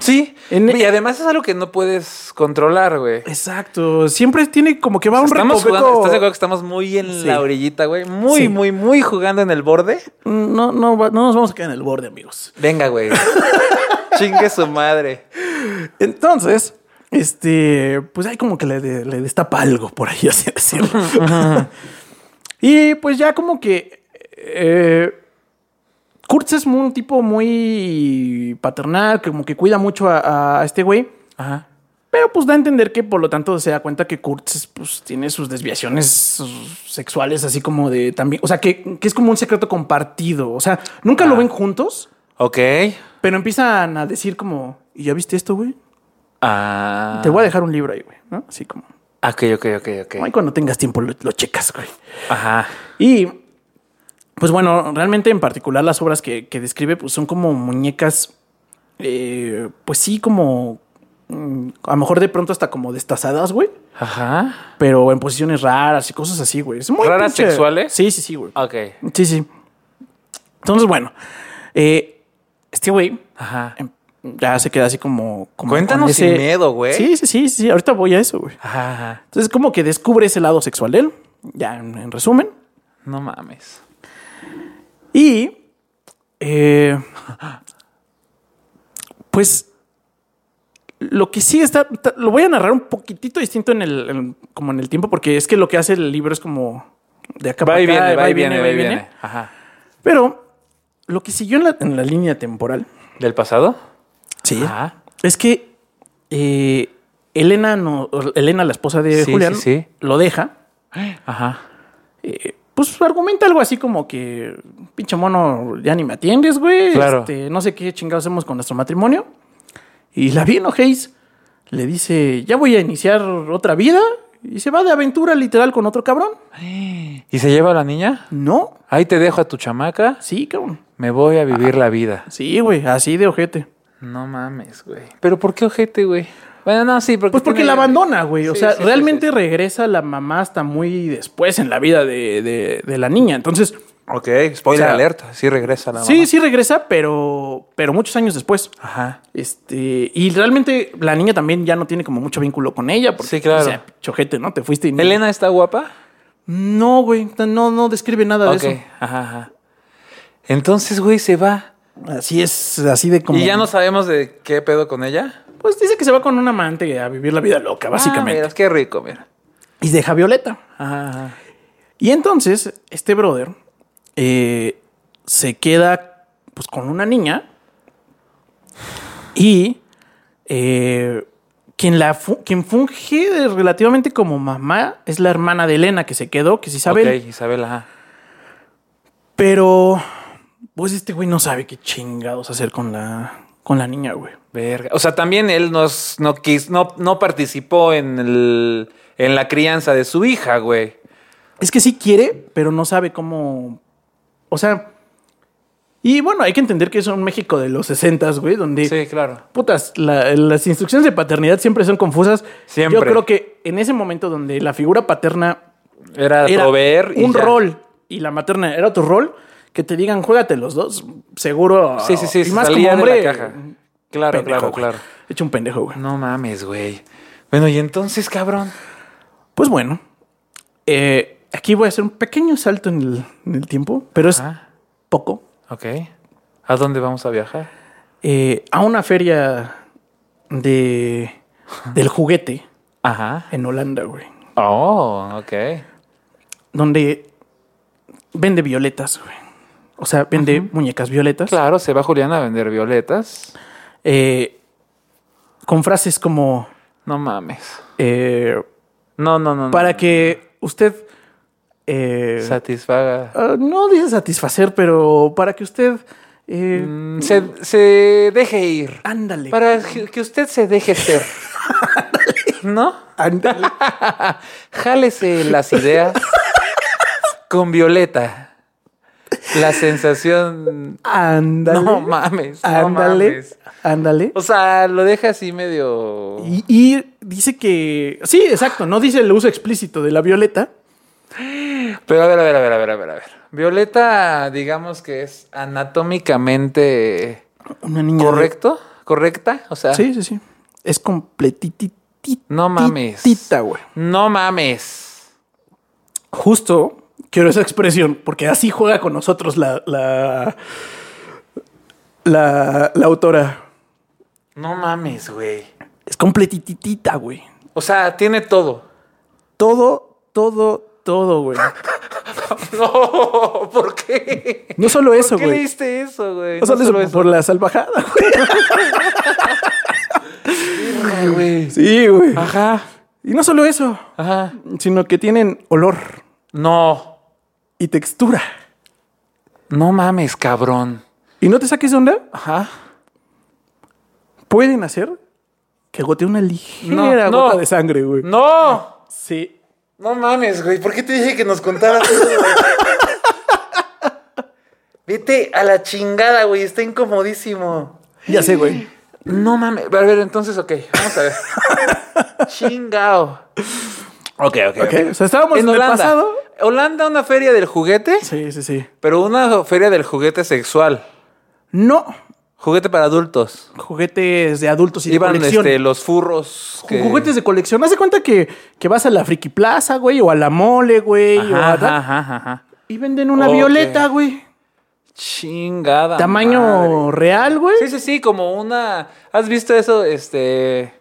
Sí. En- y además es algo que no puedes controlar, güey. Exacto. Siempre tiene como que va un Estamos jugando, recoveco- ¿estás de acuerdo que estamos muy en Sí. la orillita, güey? Muy, Sí. muy, muy jugando en el borde. No, no, va- no nos vamos a quedar en el borde, amigos. Venga, güey. Chingue su madre. Entonces, este, pues hay como que le, de- le destapa algo por ahí, así decirlo. y pues ya como que eh, Kurtz es un tipo muy paternal, que como que cuida mucho a, a este güey. Ajá. Pero pues da a entender que por lo tanto se da cuenta que Kurtz pues, tiene sus desviaciones sus sexuales así como de también, o sea, que, que es como un secreto compartido, o sea, nunca lo Ah. ven juntos, Ok. pero empiezan a decir como, ¿y ya viste esto, güey? Ah. Te voy a dejar un libro ahí, güey, ¿no? Así como, Ok, ok, ok, ok. ahí cuando tengas tiempo lo, lo checas, güey. Ajá. Y, pues bueno, realmente en particular las obras que, que describe pues son como muñecas, eh, pues sí, como, mm, a lo mejor de pronto hasta como destazadas, güey, Ajá. pero en posiciones raras y cosas así, güey. Es muy ¿Raras sexuales? Sí, sí, sí, güey. Ok. Sí, sí. Entonces, bueno, eh, este güey Ajá. em, ya se queda así como... como con Cuéntanos sin miedo, güey. Sí, sí, sí, sí, ahorita voy a eso, güey. Ajá, ajá. Entonces, como que descubre ese lado sexual de él, ya en, en resumen. No mames. Y. eh, pues. Lo que sí está, ta- Lo voy a narrar un poquitito distinto en el. en- como en el tiempo, porque es que lo que hace el libro es como. De acá para Va y acá, viene, va y viene, va y viene. Ajá. Pero. Lo que siguió en la, en la línea temporal. ¿Del pasado? Sí. Ajá. Es que. eh, Elena, no, Elena, la esposa de Sí, Julián, sí, sí. lo deja. Ajá. eh, pues argumenta algo así como que, pinche mono, ya ni me atiendes, güey. Claro. Este, no sé qué chingados hacemos con nuestro matrimonio. Y la bien Hayes le dice, ya voy a iniciar otra vida. Y se va de aventura literal con otro cabrón. ¿Y se lleva a la niña? No. Ahí te dejo a tu chamaca. Sí, cabrón. Me voy a vivir la vida. Sí, güey, así de ojete. No mames, güey. ¿Pero por qué ojete, güey? Bueno, no, sí, porque. Pues porque tiene- la abandona, güey. o Sí, sea, sí, sí, realmente sí. regresa la mamá hasta muy después en la vida de, de- de la niña. Entonces, Ok, spoiler O sea, alerta. Sí regresa la Sí, mamá. sí regresa, pero, pero muchos años después. Ajá. Este, y realmente la niña también ya no tiene como mucho vínculo con ella, porque Sí, claro. o sea, chojete, ¿no? Te fuiste y ni- ¿Elena está guapa? No, güey, no, no describe nada Ok, de eso. ajá, ajá. Entonces, güey, se va. Así es, así de como. ¿Y ya no sabemos de qué pedo con ella? Pues dice que se va con un amante a vivir la vida loca, Ah, básicamente. mira, qué rico, mira. y deja a Violeta. Ajá, ajá. Y entonces, este brother eh, se queda pues con una niña y eh, quien, la fu- quien funge de- relativamente como mamá es la hermana de Elena que se quedó, que es Isabel. Ok, Isabel, ajá. Pero pues este güey no sabe qué chingados hacer con la, con la niña, güey. Verga. O sea, también él nos, no, quis- no, no participó en, el, en la crianza de su hija, güey. Es que sí quiere, pero no sabe cómo. O sea. Y bueno, hay que entender que es un México de los 60, güey, donde. Sí, claro. Putas, la- las instrucciones de paternidad siempre son confusas. Siempre. Yo creo que en ese momento donde la figura paterna Era, era proveer. y un ya. rol y la materna era otro rol, que te digan, juégate los dos, seguro. Sí, sí, sí. y se más salía como hombre. de la caja. Claro, pendejo, claro, güey. claro. Hecho un pendejo, güey. No mames, güey. Bueno, y entonces, cabrón. Pues bueno, eh, aquí voy a hacer un pequeño salto en el, en el tiempo, pero es Ah, poco. ok. ¿A dónde vamos a viajar? eh, a una feria de del juguete Ajá. en Holanda, güey. Oh, ok. Donde vende violetas, güey. O sea, vende muñecas violetas. Claro, se va Juliana a vender violetas. eh, con frases como. No mames. eh, No, no, no. no. para que usted. eh, satisfaga. ah, no dice satisfacer, pero para que usted. eh, Mm, Se, se deje ir. ándale. Para que que usted se deje ser. ¿No? ándale. Jálese las ideas con Violeta. La sensación. Ándale. No mames. no ándale. mames. Ándale. O sea, lo deja así medio. Y, y dice que. Sí, exacto. No dice el uso explícito de la violeta. Pero a ver, a ver, a ver, a ver, a ver, a ver. Violeta, digamos que es anatómicamente Una niña. de- correcto, correcta. O sea, Sí, sí, sí. Es completitita. Ah. no mames. güey. No mames. Justo quiero esa expresión, porque así juega con nosotros la. la. la, la autora. No mames, güey. Es completitita, güey. O sea, tiene todo. Todo, todo, todo, güey. No, ¿por qué? No solo eso, ¿Por qué güey. leíste eso, güey? No solo eso, por la salvajada, güey. Ay, güey. Sí, güey. Ajá, Ah. Y no solo eso, ajá. sino que tienen olor No, y textura. no mames, cabrón. ¿Y no te saques de onda? Ajá. Pueden hacer que gotee una ligera No, no. gota de sangre, güey. No, Sí. no mames, güey. ¿Por qué te dije que nos contaras eso, güey? Vete a la chingada, güey. Está incomodísimo. Ya sé, güey. No mames. A ver, entonces, ok. Vamos a ver. Chingao. Ok, ok. Ok, o sea, estábamos en el pasado. Holanda, una feria del juguete, Sí, sí, sí. pero una feria del juguete sexual. No Juguete para adultos. juguetes de adultos y de Iban colección. este, los furros. Ju- que- Juguetes de colección. Haz de cuenta que, que vas a la Friki Plaza, güey, o a la Mole, güey, o Ajá, a tal, ajá, ajá, ajá. y venden una Ok. Ah, violeta, güey. Chingada. Tamaño madre. real, güey. Sí, sí, sí, como una. ¿Has visto eso? Este.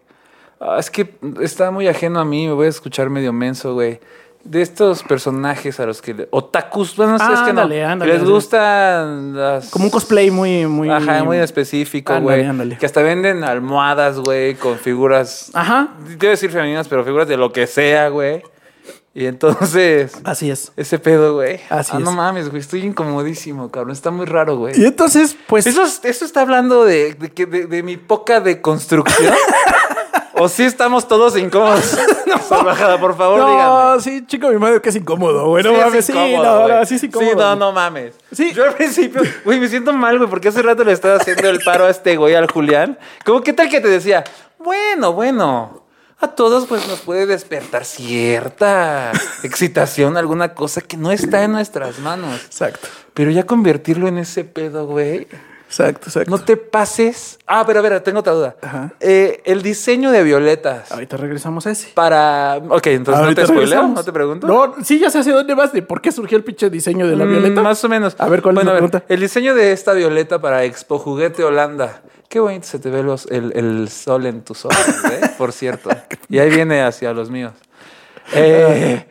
ah, es que está muy ajeno a mí, me voy a escuchar medio menso, güey. De estos personajes a los que. le- Otakus, bueno, no sé, Ah, es que ándale, no. ándale, les ándale. gustan las. Como un cosplay muy, muy. Ajá, muy específico, Ándale, güey. ándale. Ah. Que hasta venden almohadas, güey, con figuras. Ajá. Debo decir femeninas, pero figuras de lo que sea, güey. Y entonces. Así es. Ese pedo, güey. Así ah, no es. mames, güey. Estoy incomodísimo, cabrón. Está muy raro, güey. Y entonces, pues. Eso, es- eso está hablando de, de que- de- de mi poca deconstrucción. o sí estamos todos incómodos. Salvajada, por favor, dígame. no, sí, chico, mi madre, que es incómodo, güey. No Sí, es mames, sí, incómodo, no, güey. no, sí, es incómodo. Sí, no, no mames. Sí. Yo al principio, güey, me siento mal, güey, porque hace rato le estaba haciendo el paro a este güey, al Julián. Como, ¿qué tal que te decía? Bueno, bueno. a todos pues nos puede despertar cierta excitación, alguna cosa que no está en nuestras manos. Exacto. Pero ya convertirlo en ese pedo, güey. Exacto, exacto. No te pases. Ah, pero a ver, tengo otra duda. Ajá. Eh, el diseño de violetas. Ahorita regresamos a ese. Para. Ok, entonces Ahorita no te spoileo, regresamos. no te pregunto. No, sí, ya sé hacia dónde vas de por qué surgió el pinche diseño de la Mm, violeta. Más o menos. A ver, ¿cuál es Bueno, a la ver, pregunta? El diseño de esta violeta para Expo Juguete Holanda. Qué bonito se te ve los- el, el sol en tus ojos, ¿eh? por cierto. Y ahí viene hacia los míos. Eh,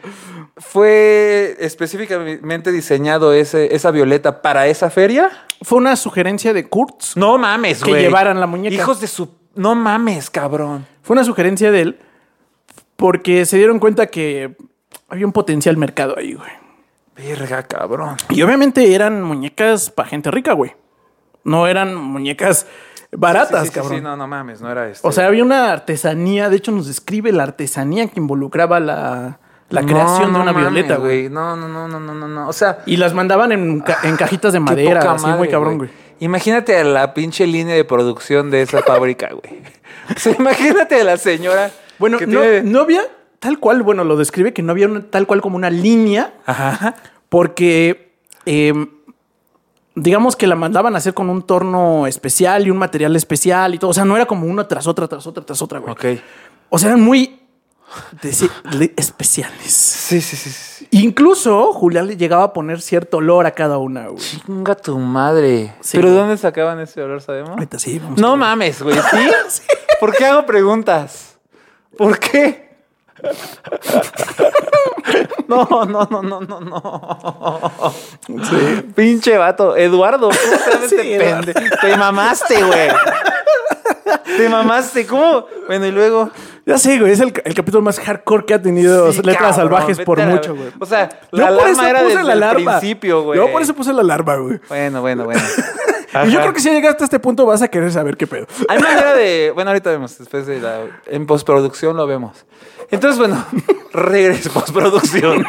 ¿Fue específicamente diseñado ese, esa violeta para esa feria? Fue una sugerencia de Kurtz. No mames, Que güey. llevaran la muñeca. Hijos de su... No mames, cabrón. Fue una sugerencia de él porque se dieron cuenta que había un potencial mercado ahí, güey. Verga, cabrón. Y obviamente eran muñecas para gente rica, güey. No eran muñecas baratas, Sí, sí, sí, cabrón. Sí, no, no mames, no era este. esto. O sea, había una artesanía, de hecho nos describe la artesanía que involucraba la, la creación de una violeta, güey. No, no, no, no, no, no, no. O sea, Y las mandaban en, ca- en cajitas de Qué madera, poca así madre, muy cabrón, güey. Imagínate a la pinche línea de producción de esa fábrica, güey. O sea, imagínate a la señora. Bueno, que no, tiene- no había tal cual, bueno, lo describe que no había una- tal cual como una línea, Ajá. porque eh, digamos que la mandaban a hacer con un torno especial y un material especial y todo. O sea, no era como una tras otra, tras otra, tras otra, güey. Ok. O sea, eran muy deci- le- especiales. Sí, sí, sí, sí. Incluso Julián le llegaba a poner cierto olor a cada una, güey. Chinga tu madre. Sí. ¿Pero de dónde sacaban ese olor, sabemos? Ahorita sí, vamos a No ver. mames, güey. ¿Sí? ¿Por qué hago preguntas? ¿Por qué? No, no, no, no, no, no. Pinche vato. Eduardo, ¿cómo se llama Sí, este Eduardo. pende- Te mamaste, güey. Te mamaste. ¿Cómo? Bueno, y luego. Ya sé, güey, es el, el capítulo más hardcore que ha tenido Sí, letras cabrón, salvajes por vete a la- mucho, güey. O sea, la Yo por eso alarma era puse desde la alarma. el principio, güey. Yo por eso puse la alarma, güey. Bueno, bueno, bueno. Y yo Ajá. creo que si llegaste a este punto vas a querer saber qué pedo. Hay manera de. Bueno, ahorita vemos. Después de la. En postproducción lo vemos. Entonces, bueno, regreso postproducción.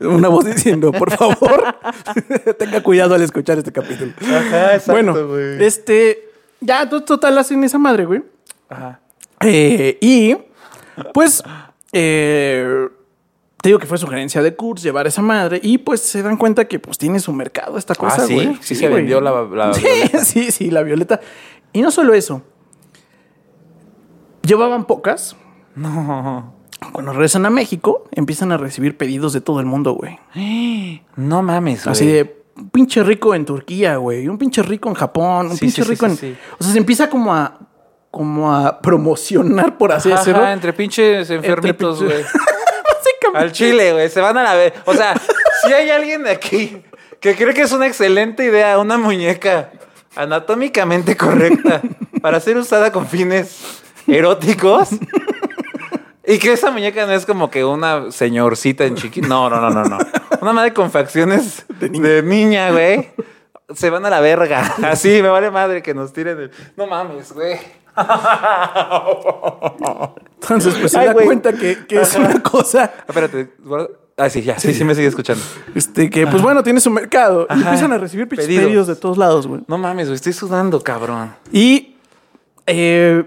Una voz diciendo, por favor, tenga cuidado al escuchar este capítulo. Ajá, exacto, bueno, güey. este, ya, to- total, hacen esa madre, güey. Ajá. Eh, y, pues, eh, te digo que fue sugerencia de Kurz llevar esa madre. Y, pues, se dan cuenta que, pues, tiene su mercado esta cosa, Ah, sí, güey. sí se güey. vendió la- la sí, violeta. sí, sí, la violeta. Y no solo eso. Llevaban pocas. No. Cuando regresan a México, empiezan a recibir pedidos de todo el mundo, güey. No mames, güey. Así de un pinche rico en Turquía, güey. Un pinche rico en Japón. Un Sí, pinche sí, sí, rico sí, en. sí. O sea, se empieza como a. como a promocionar, por así Ajá, decirlo. entre pinches enfermitos, pinche- güey. Básicamente. Al chile, güey. Se van a la vez. O sea, si hay alguien aquí que cree que es una excelente idea, una muñeca anatómicamente correcta para ser usada con fines eróticos. Y que esa muñeca no es como que una señorcita en chiqui. No, no, no, no, no. Una madre con facciones de niña, güey. Se van a la verga. Así, me vale madre que nos tiren el... No mames, güey. Entonces, pues se Ay, da güey. cuenta que, que es una cosa. Espérate. guarda- Ah, sí, ya. Sí, sí, me sigue escuchando. Este, que pues bueno, tiene su mercado. Y Ajá. empiezan a recibir pinches Pedidos. pedidos de todos lados, güey. No mames, güey. Estoy sudando, cabrón. Y eh,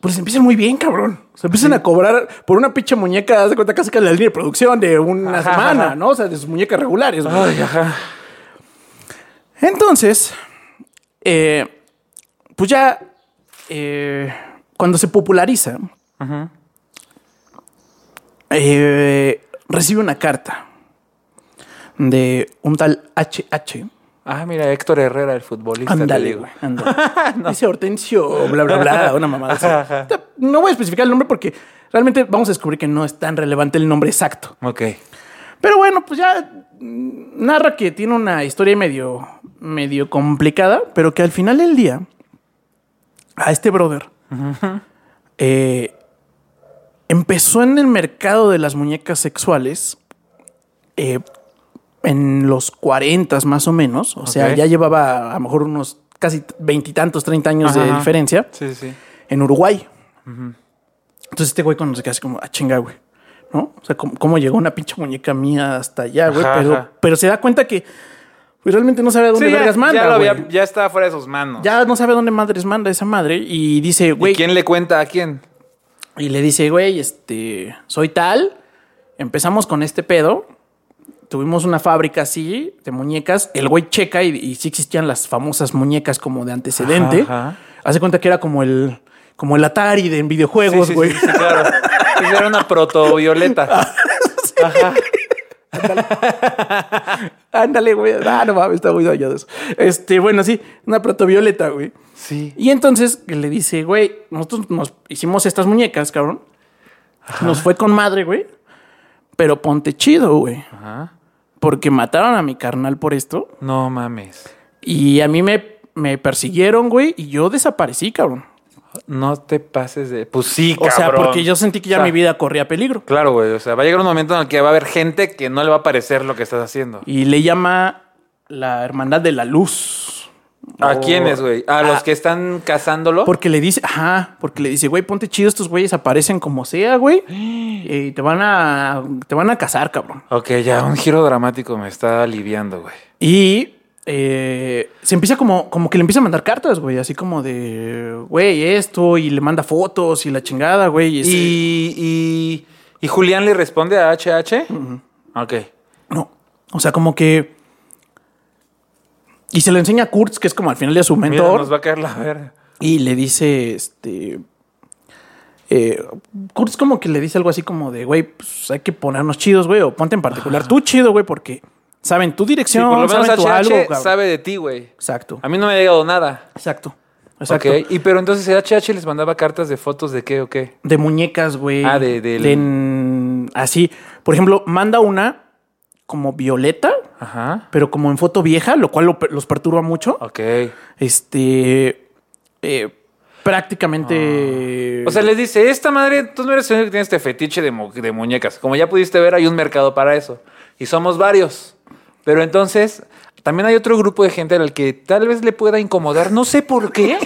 pues empiezan muy bien, cabrón. Se empiezan a cobrar por una pinche muñeca, haz de cuenta casi que la línea de producción de una Ajá, semana, ajá. ¿no? O sea, de sus muñecas regulares. güey. Ay, ajá. Entonces, eh, pues ya eh, cuando se populariza, eh, recibe una carta de un tal HH. Ah, mira, Héctor Herrera, el futbolista. te Ándale, digo. güey. ándale. Dice Hortensio, bla, bla, bla, una mamada. así. No voy a especificar el nombre porque realmente vamos a descubrir que no es tan relevante el nombre exacto. Ok. Pero bueno, pues ya mm, narra que tiene una historia medio, medio complicada, pero que al final del día, a este brother, eh, empezó en el mercado de las muñecas sexuales eh, en los 40 más o menos. O sea, Ok. ya llevaba a lo mejor unos casi veintitantos, 30 años Ajá, de ajá. diferencia Sí, sí. se en Uruguay. Entonces este güey cuando se queda así como, ah, chinga, güey. ¿No? O sea, ¿cómo, cómo llegó una pinche muñeca mía hasta allá, güey? Ajá, Pero, ajá. pero se da cuenta que pues, realmente no sabe a dónde ya, vergas manda, ya, lo güey. había- ya está fuera de sus manos. Ya no sabe a dónde madres manda esa madre y dice, ¿Y güey, quién le cuenta a quién? Y le dice, güey, este, soy tal, empezamos con este pedo, tuvimos una fábrica así de muñecas, el güey checa y, y sí existían las famosas muñecas como de antecedente. Ajá, ajá. Hace cuenta que era como el, como el Atari de en Sí, videojuegos, sí, güey. Ah. sí, sí, claro. Sí, Era una protovioleta. Ajá. Ándale, güey. Ah, no mames, está muy dañado eso. Este, bueno, sí, una protovioleta, güey. Sí. Y entonces que le dice, güey, nosotros nos hicimos estas muñecas, cabrón. Nos fue con madre, güey. Pero ponte chido, güey. Ajá. Porque mataron a mi carnal por esto. No mames. Y a mí me, me persiguieron, güey. Y yo desaparecí, cabrón. No te pases de. Pues sí, O cabrón. sea, porque yo sentí que ya O sea, mi vida corría peligro. Claro, güey. O sea, va a llegar un momento en el que va a haber gente que no le va a parecer lo que estás haciendo. Y le llama la Hermandad de la Luz. ¿A O- quiénes, güey? ¿A Ah. los que están cazándolo? Porque le dice, ajá, porque le dice, güey, ponte chido, estos güeyes aparecen como sea, güey. Y te van a, te van a casar, cabrón. Ok, ya un giro dramático me está aliviando, güey. Y eh, se empieza como, como que le empieza a mandar cartas, güey, así como de, güey, esto, y le manda fotos y la chingada, güey. Y, este, ese- ¿Y, y, y Julián le responde a HH? Ok. No, o sea, como que... Y se lo enseña a Kurtz, que es como al final de su Mira, mentor. nos va a caer la verga. Y le dice, este... eh, Kurtz como que le dice algo así como de, güey, pues hay que ponernos chidos, güey, o ponte en particular tú chido, güey, porque saben tu Sí, dirección, por lo menos saben tu HH algo. cabrón. sabe de ti, güey. Exacto, A mí no me ha llegado nada. exacto, exacto. Ok. Y pero entonces HH les mandaba cartas de fotos de qué o qué. De muñecas, güey. Ah, de- del- en- Así, por ejemplo, manda una como violeta, Ajá. pero como en foto vieja, lo cual lo per- los perturba mucho. Ok. Este... eh, prácticamente... Ah. O sea, les dice, esta madre, tú no eres el único que tiene este fetiche de, mu- de muñecas. Como ya pudiste ver, hay un mercado para eso. Y somos varios. Pero entonces, también hay otro grupo de gente al que tal vez le pueda incomodar, no sé por qué,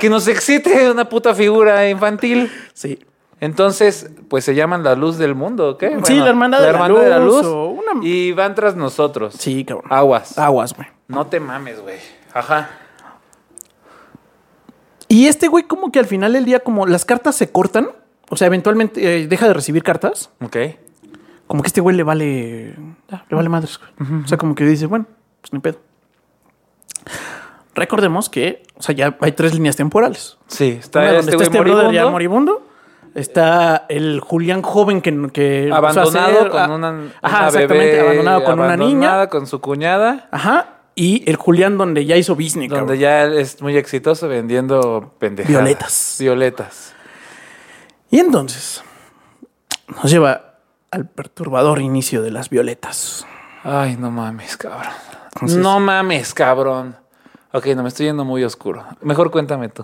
que nos excite una puta figura infantil. Sí. Entonces, pues se llaman la luz del mundo, ¿o qué? Sí, la hermandad de la luz o una- Y van tras nosotros. Sí, Ah. cabrón. Aguas. Aguas, güey. No te mames, güey. Ajá. Y este güey como que al final del día, como las cartas se cortan, o sea, eventualmente eh, deja de recibir cartas, Ok. como que este güey le vale, ah, le vale madres, güey. O sea, como que dice, bueno, pues ni pedo. Recordemos que, o sea, ya hay tres líneas temporales. Sí, Una está donde este está güey este brother ya moribundo. moribundo. Está el Julián joven que... que abandonado empezó a hacer- con ah, una, Ajá, una exactamente, bebé abandonado con una niña. abandonada con su cuñada Ajá. Y el Julián donde ya hizo business, donde cabrón. ya es muy exitoso vendiendo pendejadas Violetas. violetas Y entonces nos lleva al perturbador inicio de las violetas. ay no mames cabrón Entonces- no mames cabrón Ok, no me estoy yendo muy oscuro mejor cuéntame tú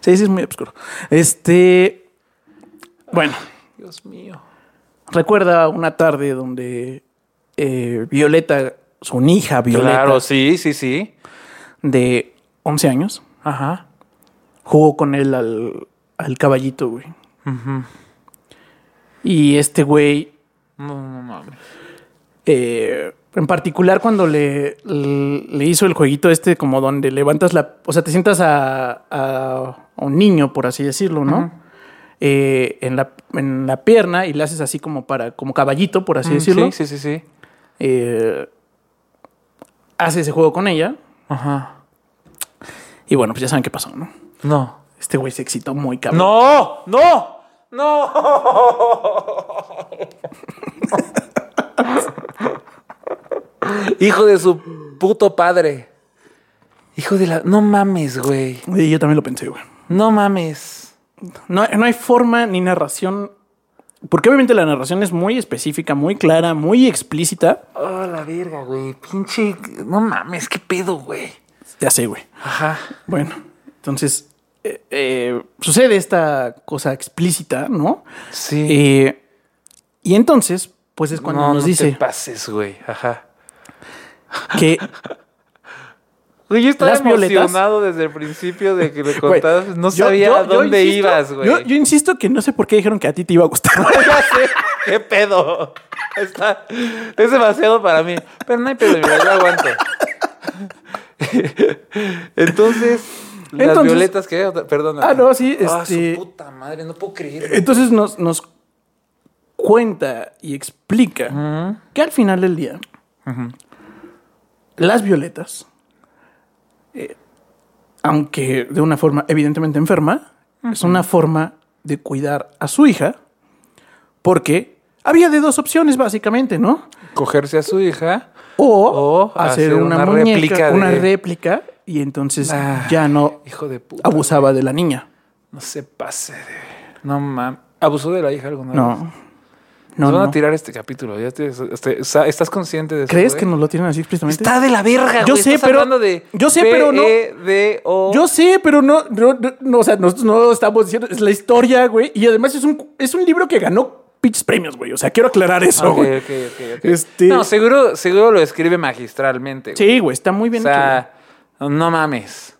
Sí, sí, es muy oscuro. Este. Bueno, Dios mío recuerda una tarde donde eh, Violeta, su hija Violeta, claro sí sí sí de 11 años, ajá jugó con él al, al caballito, güey. Y este güey, no, no mames eh, en particular cuando le, le le hizo el jueguito este, como donde levantas la. O sea, te sientas a, a- a un niño, por así decirlo, ¿no? Eh, en, la, en la pierna y le haces así como para como caballito, por así Mm, decirlo. sí sí sí sí eh, hace ese juego con ella. ajá Y bueno, pues ya saben qué pasó, ¿no? no Este güey se excitó muy cabrón. no no no Hijo de su puto padre. Hijo de la. No mames, güey. Y yo también lo pensé, güey. No mames. No, no hay forma ni narración. Porque obviamente la narración es muy específica, muy clara, muy explícita. Oh, la verga, güey. Pinche. No mames, qué pedo, güey. Ya sé, güey. Ajá. Bueno, entonces eh, eh, sucede esta cosa explícita, ¿no? Sí. Eh, y entonces, pues es cuando no, nos no te dice pases, güey. Ajá. que Güey, yo estaba Las violetas. emocionado desde el principio de que le Güey, contabas. No yo- sabía yo- a yo dónde insisto- ibas, güey. Yo, yo insisto que no sé por qué dijeron que a ti te iba a gustar. Ya sé, ¿Qué pedo? Está- es demasiado para mí. Pero no hay pedo, mira, yo aguanto. Entonces, Las Entonces- violetas que, otra- perdón. Ah, no, sí, Ah, este- su puta madre, no puedo creer. Entonces nos, nos cuenta y explica que al final del día, las violetas, eh, aunque de una forma evidentemente enferma, es una forma de cuidar a su hija, porque había de dos opciones básicamente, ¿no? Cogerse a su hija. O, O hacer, hacer una, una muñeca, réplica de- una réplica, y entonces Ah, ya no Hijo de puta. abusaba de la niña. No se pase de. No mames. ¿Abusó de la hija alguna vez? No. No, Nos van no. a tirar este capítulo. Ya te- este- sa- ¿Estás consciente de eso? ¿eh? ¿Crees güey? que nos lo tienen así explícitamente? Está de la verga, Yo güey. sé, Estás pero- hablando de E yo sé, pero no- P-E-D-O. Yo sé, pero no, no, no, no, o sea, nosotros no lo estamos diciendo, es la historia, güey. Y además es un, es un libro que ganó pinches premios, güey. O sea, quiero aclarar eso, Ok, güey. ok, ok, ok. Este- No, seguro, seguro lo escribe magistralmente. güey. Sí, güey, está muy O bien. hecho, sea, no mames.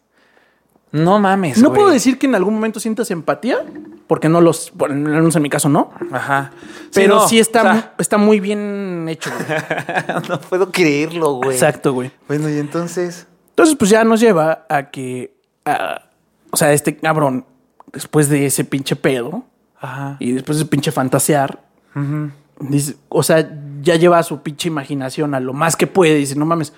No mames. güey. no güey. puedo decir que en algún momento sientas empatía, porque no los, bueno, al menos en mi caso no, Ajá. pero sí, no, está, o sea, mu- está muy bien hecho, güey. no puedo creerlo, güey. Exacto, güey. Bueno, y entonces. Entonces, pues ya nos lleva a que, a- o sea, este cabrón, después de ese pinche pedo, Ajá. Y después de pinche fantasear. dice, o sea, ya lleva su pinche imaginación a lo más que puede. Dice, no mames,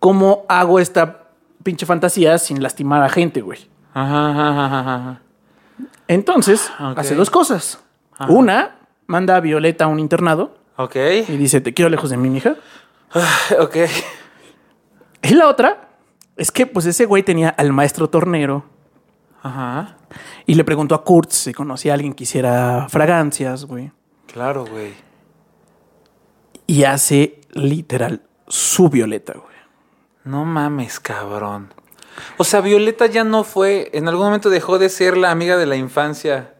¿cómo hago esta pinche fantasía sin lastimar a gente, güey? Ajá, ajá, ajá, ajá. Entonces, Ok. hace dos cosas. Una, manda a Violeta a un internado Ok. y dice, te quiero lejos de mi hija. Ok. Y la otra es que, pues, ese güey tenía al maestro tornero Ajá. y le preguntó a Kurtz si conocía a alguien que hiciera fragancias, güey. Claro, güey. Y hace literal su Violeta, güey. No mames, cabrón. O sea, Violeta ya no fue. En algún momento dejó de ser la amiga de la infancia.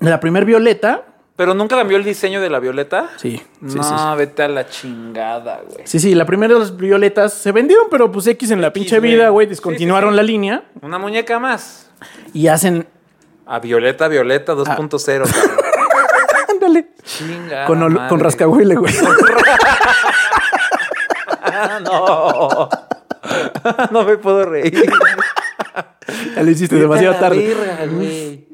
La primer Violeta Pero nunca cambió el diseño de la Violeta. Sí, sí, No, sí, sí. vete a la chingada, güey. Sí, sí, la primera de las violetas se vendieron, pero pues X en la pinche güey. vida, güey, Sí, descontinuaron sí, sí. la línea Una muñeca más. y hacen, A Violeta, Violeta Ah. 2.0. cabrón. ándale, Chinga. con, ol- la con madre. rascahuile, güey. Ah, no. no me puedo reír. Ya lo hiciste demasiado Vete a la tarde. verga, güey.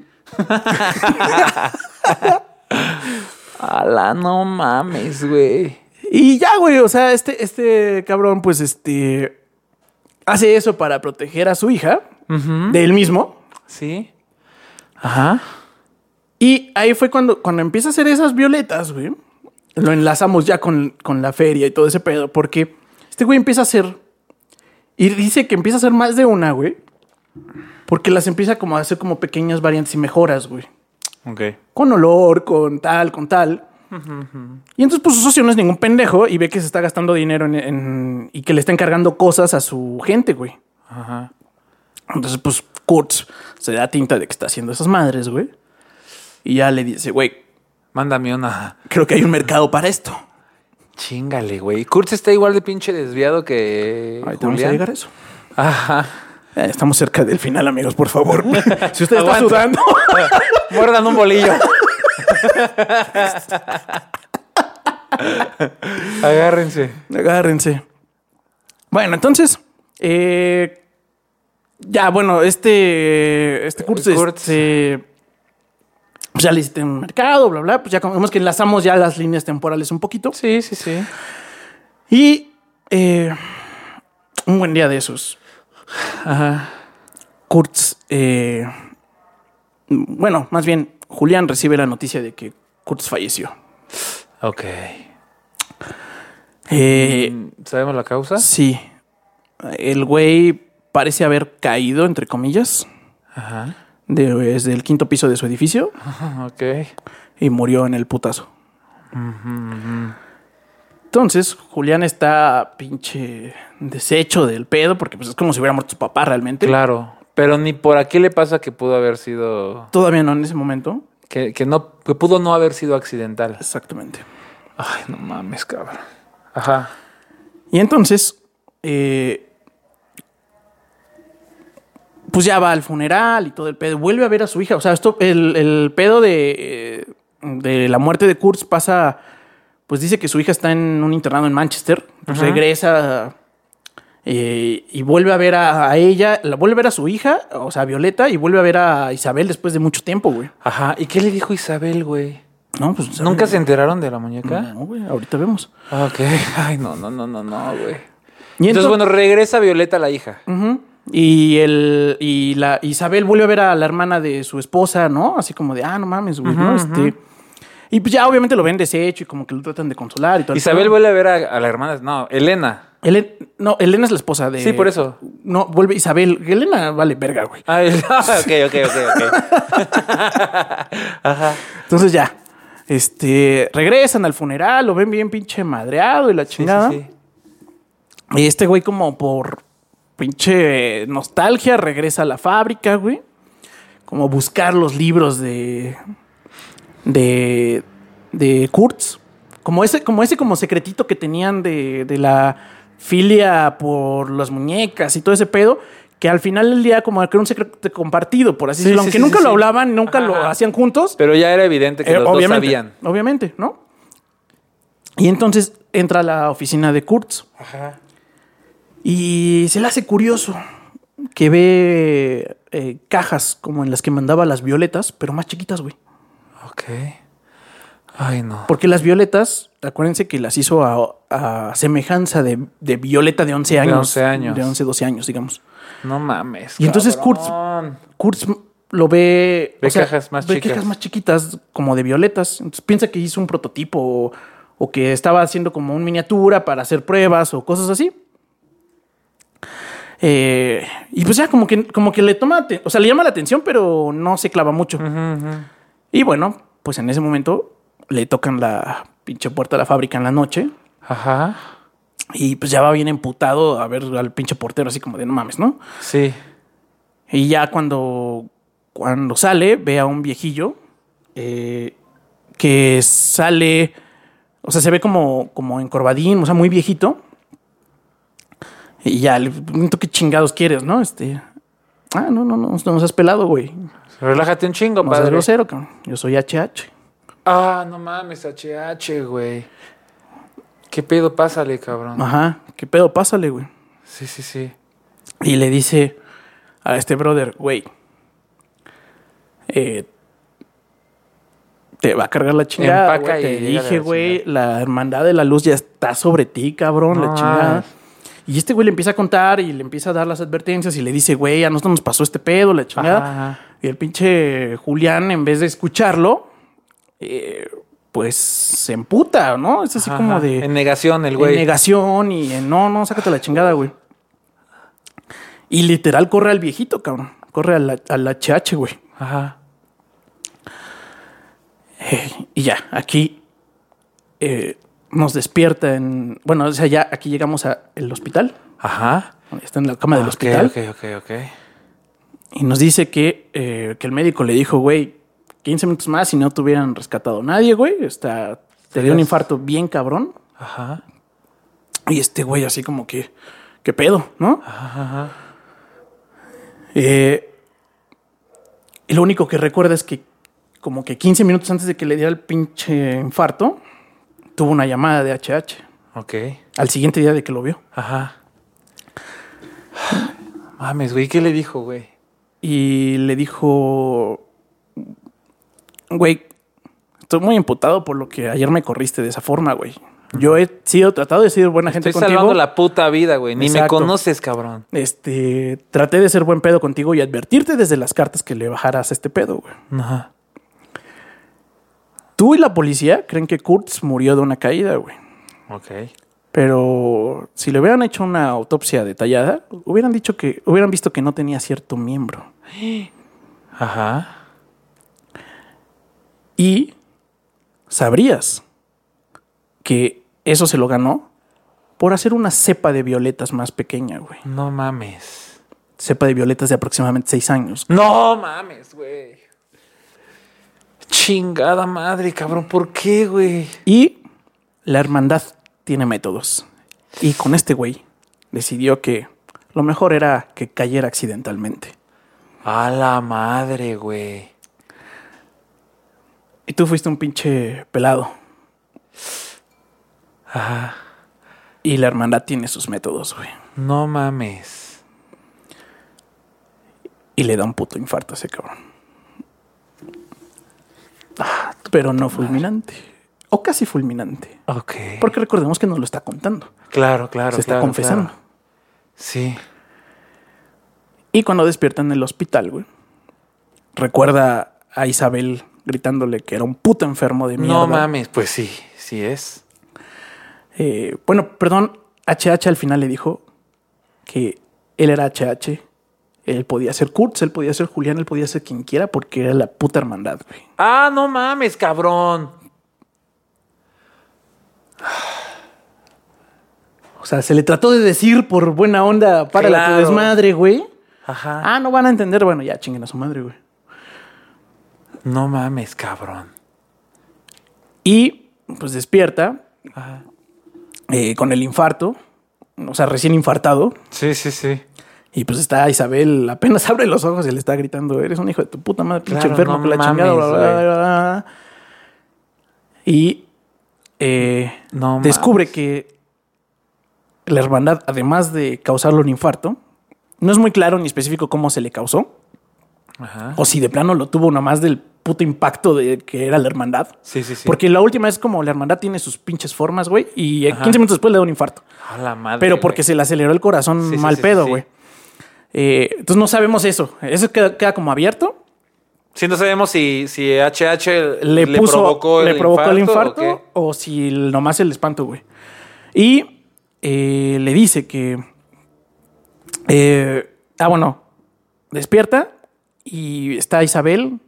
Ala, no mames, güey. Y ya, güey, o sea, este, este cabrón, pues, este, hace eso para proteger a su hija de él mismo. ¿Sí? Ajá. Y ahí fue cuando, cuando empieza a hacer esas violetas, güey. Lo enlazamos ya con, con la feria y todo ese pedo, porque este güey empieza a hacer. Y dice que empieza a hacer más de una, güey. Porque las empieza como a hacer como pequeñas variantes y mejoras, güey. Ok. Con olor, con tal, con tal. Y entonces, pues, su socio no es ningún pendejo y ve que se está gastando dinero en- en- y que le está encargando cosas a su gente, güey. Ajá. Entonces, pues, Kurtz se da tinta de que está haciendo esas madres, güey. Y ya le dice, güey, Mándame una. creo que hay un mercado para esto. Chingale, güey. Kurtz está igual de pinche desviado que Ahorita vamos a Julián. llegar a eso. Ajá. Eh, Estamos cerca del final, amigos, por favor. si usted está Aguanta. sudando, Muerdan un bolillo. Agárrense. agárrense. Bueno, entonces, eh, ya, bueno, este, este curso, Kurtz. este, pues ya le hiciste un mercado, bla, bla, pues ya como vemos que enlazamos ya las líneas temporales un poquito. Sí, sí, sí. Y eh, un buen día de esos. Kurtz, eh, bueno, más bien, Julián recibe la noticia de que Kurtz falleció. Ok. Mm, Eh, ¿Sabemos la causa? Sí. El güey parece haber caído, entre comillas, Ajá. de- desde el quinto piso de su edificio Ok. y murió en el putazo. Entonces, Julián está pinche deshecho del pedo, porque pues, es como si hubiera muerto su papá realmente. Claro. Pero ni por aquí le pasa que pudo haber sido. Todavía no en ese momento. Que, que no. Que pudo no haber sido accidental. Exactamente. Ay, no mames, cabrón. Ajá. Y entonces, eh, pues ya va al funeral y todo el pedo. Vuelve a ver a su hija. O sea, esto, el, el pedo de, eh, de la muerte de Kurtz pasa, pues dice que su hija está en un internado en Manchester. Pues regresa eh, y vuelve a ver a, a ella, la vuelve a ver a su hija, o sea, a Violeta, y vuelve a ver a Isabel después de mucho tiempo, güey. Ajá. ¿Y qué le dijo Isabel, güey? No, pues. Isabel- ¿Nunca se enteraron de la muñeca? No, güey, ahorita vemos. Ah, Ok. Ay, no, no, no, no, no, güey. Y Entonces, ento- bueno, regresa Violeta, la hija. Ujú. Y el y la Isabel vuelve a ver a la hermana de su esposa, ¿no? Así como de, ah, no mames, güey, ¿no? Este, y pues ya obviamente lo ven deshecho y como que lo tratan de consolar y todo. el Isabel pedo. vuelve a ver a, a la hermana. No, Elena. Helen- no, Elena es la esposa de Sí, por eso. No, vuelve Isabel, Elena vale verga, güey. Ah, el- ok, ok, ok, ok. Entonces ya este regresan al funeral, lo ven bien pinche madreado y la Sí, chingada. sí, sí. Y este güey como por pinche nostalgia regresa a la fábrica, güey. Como buscar los libros de de de Kurtz, como ese como ese como secretito que tenían de, de la filia por las muñecas y todo ese pedo. Que al final del día, como que era un secreto compartido, por así Sí, decirlo. sí, Aunque sí, nunca sí, lo sí. hablaban, nunca lo Ajá. hacían juntos. Pero ya era evidente que Eh, los dos obviamente, sabían. Obviamente, ¿no? Y entonces entra a la oficina de Kurtz. Ajá. Y se le hace curioso que ve eh, cajas como en las que mandaba las violetas, pero más chiquitas, güey. Ok. Ay, no. Porque las violetas, acuérdense que las hizo a, a semejanza de, de violeta de 11 años. 11 años. De 11, 12 años, digamos. No mames. Y entonces Kurtz- cabrón. Kurtz lo ve... Ve cajas más ve chicas. cajas más chiquitas, como de violetas. Entonces piensa que hizo un prototipo o, o que estaba haciendo como una miniatura para hacer pruebas o cosas así. Eh, y pues ya como que, como que le toma... aten- O sea, le llama la atención, pero no se clava mucho. Ujú, ujú. Y bueno, pues en ese momento le tocan la pinche puerta de la fábrica en la noche. Ajá. Y pues ya va bien emputado a ver al pinche portero así como de no mames, ¿no? Sí. Y ya cuando, cuando sale, ve a un viejillo eh, que sale, o sea, se ve como, como encorvadín, o sea, muy viejito. Y ya le pregunto qué chingados quieres, ¿no? Este, ah, no, no, no, no nos has pelado, güey. Relájate un chingo, No seas padre. grosero, cabrón. Yo soy HH. Ah, no mames, HH, güey. ¿Qué pedo? Pásale, cabrón. Ajá, qué pedo, pásale, güey. Sí, sí, sí. Y le dice a este brother, güey, eh, te va a cargar la chingada. Empaca güey, y te llégale a la dije, güey, la hermandad de la luz ya está sobre ti, cabrón, la No chingada. mames. Y este güey le empieza a contar y le empieza a dar las advertencias y le dice, güey, a nosotros nos pasó este pedo, la chingada. Ajá, ajá. Y el pinche Julián, en vez de escucharlo, eh, pues se emputa, ¿no? Es así Ajá, como ajá. de En negación, el en güey. negación y en no, no, sácate la chingada, güey. Y literal corre al viejito, cabrón. Corre al, al HH, güey. Ajá. Eh, y ya, aquí eh, nos despierta en. Bueno, o sea, ya aquí llegamos al hospital. Ajá. Está en la cama del Ah, Ok, hospital. Ok, ok, ok. Y nos dice que, eh, que el médico le dijo, güey, 15 minutos más y no te hubieran rescatado a nadie, güey. Está, te dio un Yes. infarto bien cabrón. Ajá. Y este güey, así como que, ¿qué pedo, no? Ajá, ajá. Eh, y lo único que recuerda es que como que 15 minutos antes de que le diera el pinche infarto, tuvo una llamada de HH. Ok. Al siguiente día de que lo vio. Ajá. Mames, güey. ¿Qué le dijo, güey? Y le dijo, güey, estoy muy emputado por lo que ayer me corriste de esa forma, güey. Yo he sido tratado de ser buena gente Estoy contigo. salvando la puta vida, güey. Ni me Exacto. conoces, cabrón. Este, traté de ser buen pedo contigo y advertirte desde las cartas que le bajaras a este pedo, güey. Ajá. Tú y la policía creen que Kurtz murió de una caída, güey. Ok. Pero si le hubieran hecho una autopsia detallada, hubieran dicho que hubieran visto que no tenía cierto miembro. Ajá. Y sabrías que eso se lo ganó por hacer una cepa de violetas más pequeña, güey. No mames. Cepa de violetas de aproximadamente seis años. No mames, güey. Chingada madre, cabrón. ¿Por qué, güey? Y la hermandad tiene métodos. Y con este güey decidió que lo mejor era que cayera accidentalmente. A la madre, güey. Y tú fuiste un pinche pelado. Ajá. Y la hermandad tiene sus métodos, güey. No mames. Y le da un puto infarto a ese cabrón. Ah, pero no fulminante. O casi fulminante. Ok. Porque recordemos que nos lo está contando. Claro, claro. se está claro, confesando. claro. Sí. Y cuando despierta en el hospital, güey, recuerda a Isabel gritándole que era un puto enfermo de mierda. No mames, pues sí, sí es. Eh, bueno, perdón, HH al final le dijo que él era HH. Él podía ser Kurtz, él podía ser Julián, él podía ser quien quiera porque era la puta hermandad, güey. Ah, no mames, cabrón. O sea, se le trató de decir por buena onda para la Claro. tu desmadre, güey. Ajá. Ah, no van a entender. Bueno, ya chinguen a su madre, güey. No mames, cabrón. Y pues despierta Ajá. eh, con el infarto, o sea, recién infartado. Sí, sí, sí. Y pues está Isabel, apenas abre los ojos y le está gritando, eres un hijo de tu puta madre, pinche Claro, enfermo, no que la mames, chingada, bla, bla, güey. bla, bla, bla. Y eh, No descubre que la hermandad, además de causarle un infarto, no es muy claro ni específico cómo se le causó, mames. Ajá. o si de plano lo tuvo nomás del puto impacto de que era la hermandad. Sí, sí, sí. Porque la última es como la hermandad tiene sus pinches formas, güey, y eh, Ajá. 15 minutos después le da un infarto. A la madre. Pero porque güey. se le aceleró el corazón Sí, sí, mal sí, pedo, sí, güey. sí. Eh, entonces no sabemos eso. Eso queda, queda como abierto. Sí, no sabemos si, si HH Le, puso, provocó el le provocó infarto. el infarto o, si el- nomás el espanto, güey. Y eh, le dice que. eh, ah, bueno. Despierta y está Isabel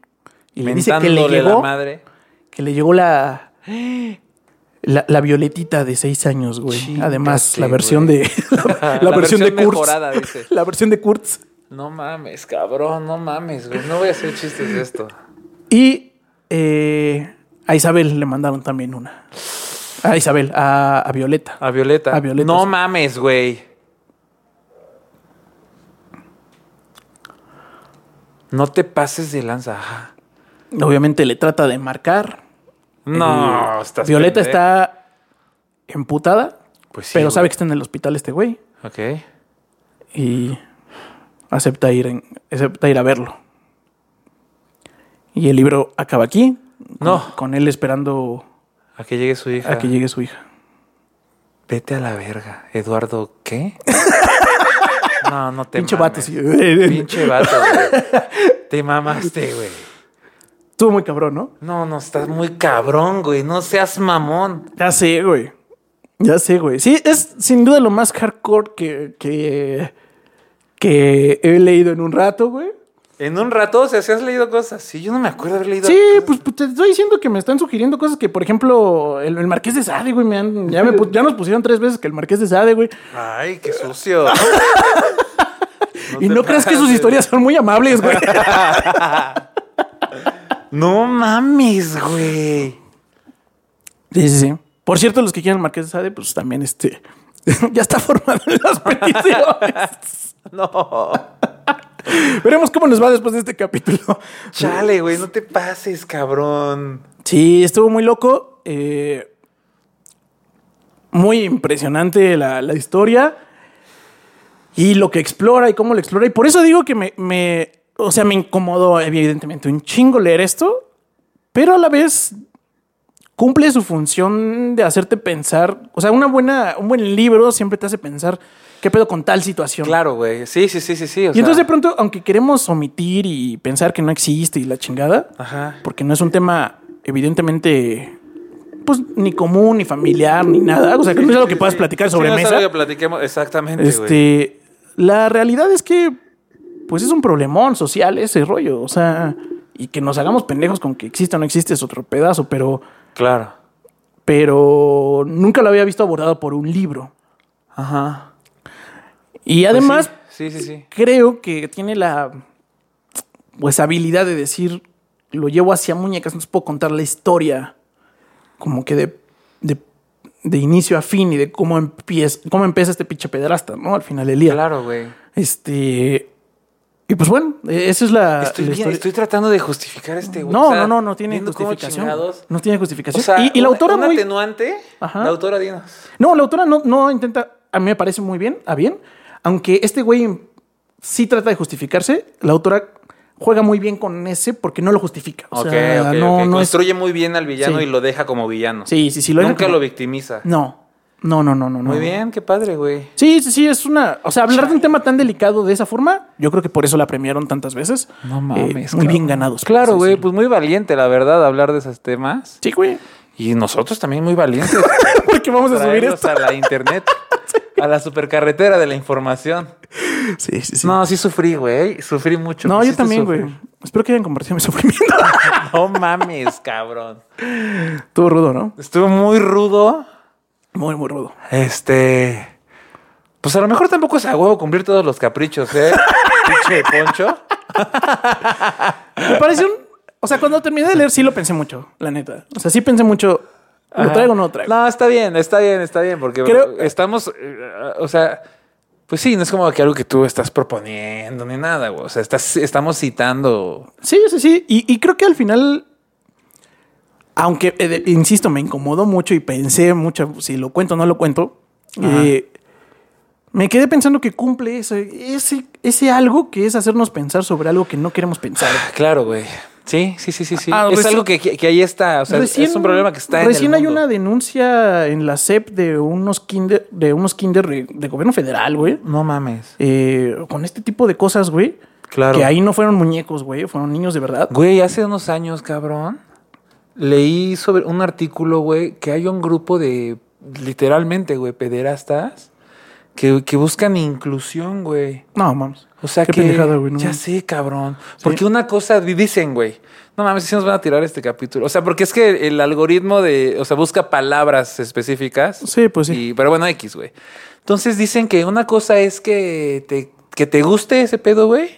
y le dice que le la llegó, madre. que le llegó la, la, la violetita de seis años, güey. Chíngate, Además, la versión güey. de la, la versión, de Kurtz, mejorada, dice. la versión de Kurtz. No mames, cabrón, no mames, güey. No voy a hacer chistes de esto. Y eh, a Isabel le mandaron también una. A Isabel, a, a Violeta. A Violeta. A Violeta, No sí. mames, güey. No te pases de lanza. Ajá. Obviamente le trata de marcar. No, Eh, estás Violeta pendejo. está emputada, Pues sí, pero güey. sabe que está en el hospital este güey Ok. y acepta ir, en- acepta ir a verlo. Y el libro acaba aquí. con- No. Con él esperando A que llegue su hija. a que llegue su hija. Vete a la verga. Eduardo, ¿qué? no, no te Pinche mames. vato. sí. Pinche vato, güey. Te mamaste, güey. Estuvo muy cabrón, ¿no? No, no, estás muy cabrón, güey. No seas mamón. Ya sé, güey. Ya sé, güey. Sí, es sin duda lo más hardcore que, que, que he leído en un rato, güey. En un rato, o sea, si has leído cosas. Sí, yo no me acuerdo haber leído. Sí, pues, pues, te estoy diciendo que me están sugiriendo cosas que, por ejemplo, el, el Marqués de Sade, güey, me han- ya, me pu- ya nos pusieron tres veces que el Marqués de Sade, güey. Ay, qué sucio. y te no creas que sus pases. historias son muy amables, güey. No mames, güey. sí, sí, sí. Por cierto, los que quieran el Marqués de Sade, pues también este... ya está formado en las peticiones. No. Veremos cómo nos va después de este capítulo. Chale, güey, no te pases, cabrón. Sí, estuvo muy loco. eh, muy impresionante la, la historia. Y lo que explora y cómo lo explora. Y por eso digo que me, me- O sea, me incomodó, evidentemente, un chingo leer esto. Pero a la vez cumple su función de hacerte pensar. O sea, una buena, un buen libro siempre te hace pensar qué pedo con tal situación. Claro, güey. Sí, sí, sí, sí, sí. o y entonces, de sea. pronto, aunque queremos omitir y pensar que no existe y la chingada, Ajá. porque no es un tema evidentemente pues ni común ni familiar ni nada, o sea, que no es algo que puedas platicar Sí, sobre no es mesa. algo que platiquemos. Exactamente, güey. Este, la realidad es que pues es un problemón social ese rollo, o sea, y que nos hagamos pendejos con que exista o no existe es otro pedazo, pero Claro. Pues pero nunca lo había visto abordado por un libro. Ajá. Y Pues además Sí, sí, sí. sí. creo que tiene la pues habilidad de decir lo llevo hacia muñecas, entonces puedo contar la historia como que de, de, de inicio a fin y de cómo empieza, cómo empieza este pinche pedrasta, ¿no? Al final del día. Claro, güey. Este. Y pues bueno, eh, esa es la, Estoy, la bien- historia. estoy tratando de justificar este güey. no, o sea, no, no, no tiene viendo cómo justificación. chingados- No tiene O justificación. sea, y, y la un- autora un muy- atenuante. Ajá. La autora, dinos. No, la autora no, no intenta. A mí me parece muy bien, a bien. aunque este güey sí trata de justificarse, la autora juega muy bien con ese porque no lo justifica. O Ok, sea, ok, no, ok. no es- Construye muy bien al villano Sí. y lo deja como villano. Sí, sí, sí. deja Nunca como- lo victimiza. No, no, no, no, no. Muy no. bien, qué padre, güey. Sí, sí, sí, es una... O sea, hablar de un tema tan delicado de esa forma, yo creo que por eso la premiaron tantas veces. Eh, muy claro. bien ganados. Claro, Sí, güey, sí. pues muy valiente, la verdad, hablar de esos temas. Sí, güey. Y nosotros también muy valientes. Porque vamos a subir Traerlos esto. a la internet, a la supercarretera de la información. Sí, sí, sí. No, No, sí sufrí, güey. Sufrí mucho. Me yo hiciste también, sufrir. güey. Espero que hayan compartido mi sufrimiento. No mames, cabrón. Estuvo rudo, ¿no? Estuvo muy rudo. Muy, muy rudo. Este. Pues a lo mejor tampoco es a huevo cumplir todos los caprichos, ¿eh? Pinche poncho. Me parece un... O sea, cuando terminé de leer sí lo pensé mucho, la neta. O sea, sí pensé mucho, ¿lo Ajá. traigo o no lo traigo? No, está bien, está bien, está bien, porque Creo- estamos, eh, o sea, pues sí, no es como que algo que tú estás proponiendo ni nada, güey. O sea, estás, estamos citando. Sí, sí, sí. Y, y creo que al final, aunque, eh, de- insisto, me incomodó mucho y pensé mucho si lo cuento o no lo cuento, Ajá. eh, me quedé pensando que cumple ese, ese, ese algo que es hacernos pensar sobre algo que no queremos pensar. Claro, güey. Sí, sí, sí, sí, sí. Ah, es reci- algo que, que- que ahí está. O sea, es un problema que está en el Recién hay mundo. una denuncia en la SEP de unos kinder, de unos kinder de, de gobierno federal, güey. No mames. eh, con este tipo de cosas, güey. Claro. Que ahí no fueron muñecos, güey. Fueron niños de verdad. Güey, hace unos años, cabrón, leí sobre un artículo, güey, que hay un grupo de, literalmente, güey, pederastas que, que buscan inclusión, güey. No, mames. O sea Qué que. pendejada, güey, no ya mames. sé, cabrón. Porque una cosa di- dicen, güey. No mames, si nos van a tirar este capítulo. O sea, porque es que el algoritmo de. O sea, busca palabras específicas. Sí, pues sí. Y- pero bueno, X, güey. Entonces dicen que una cosa es que te, que te guste ese pedo, güey.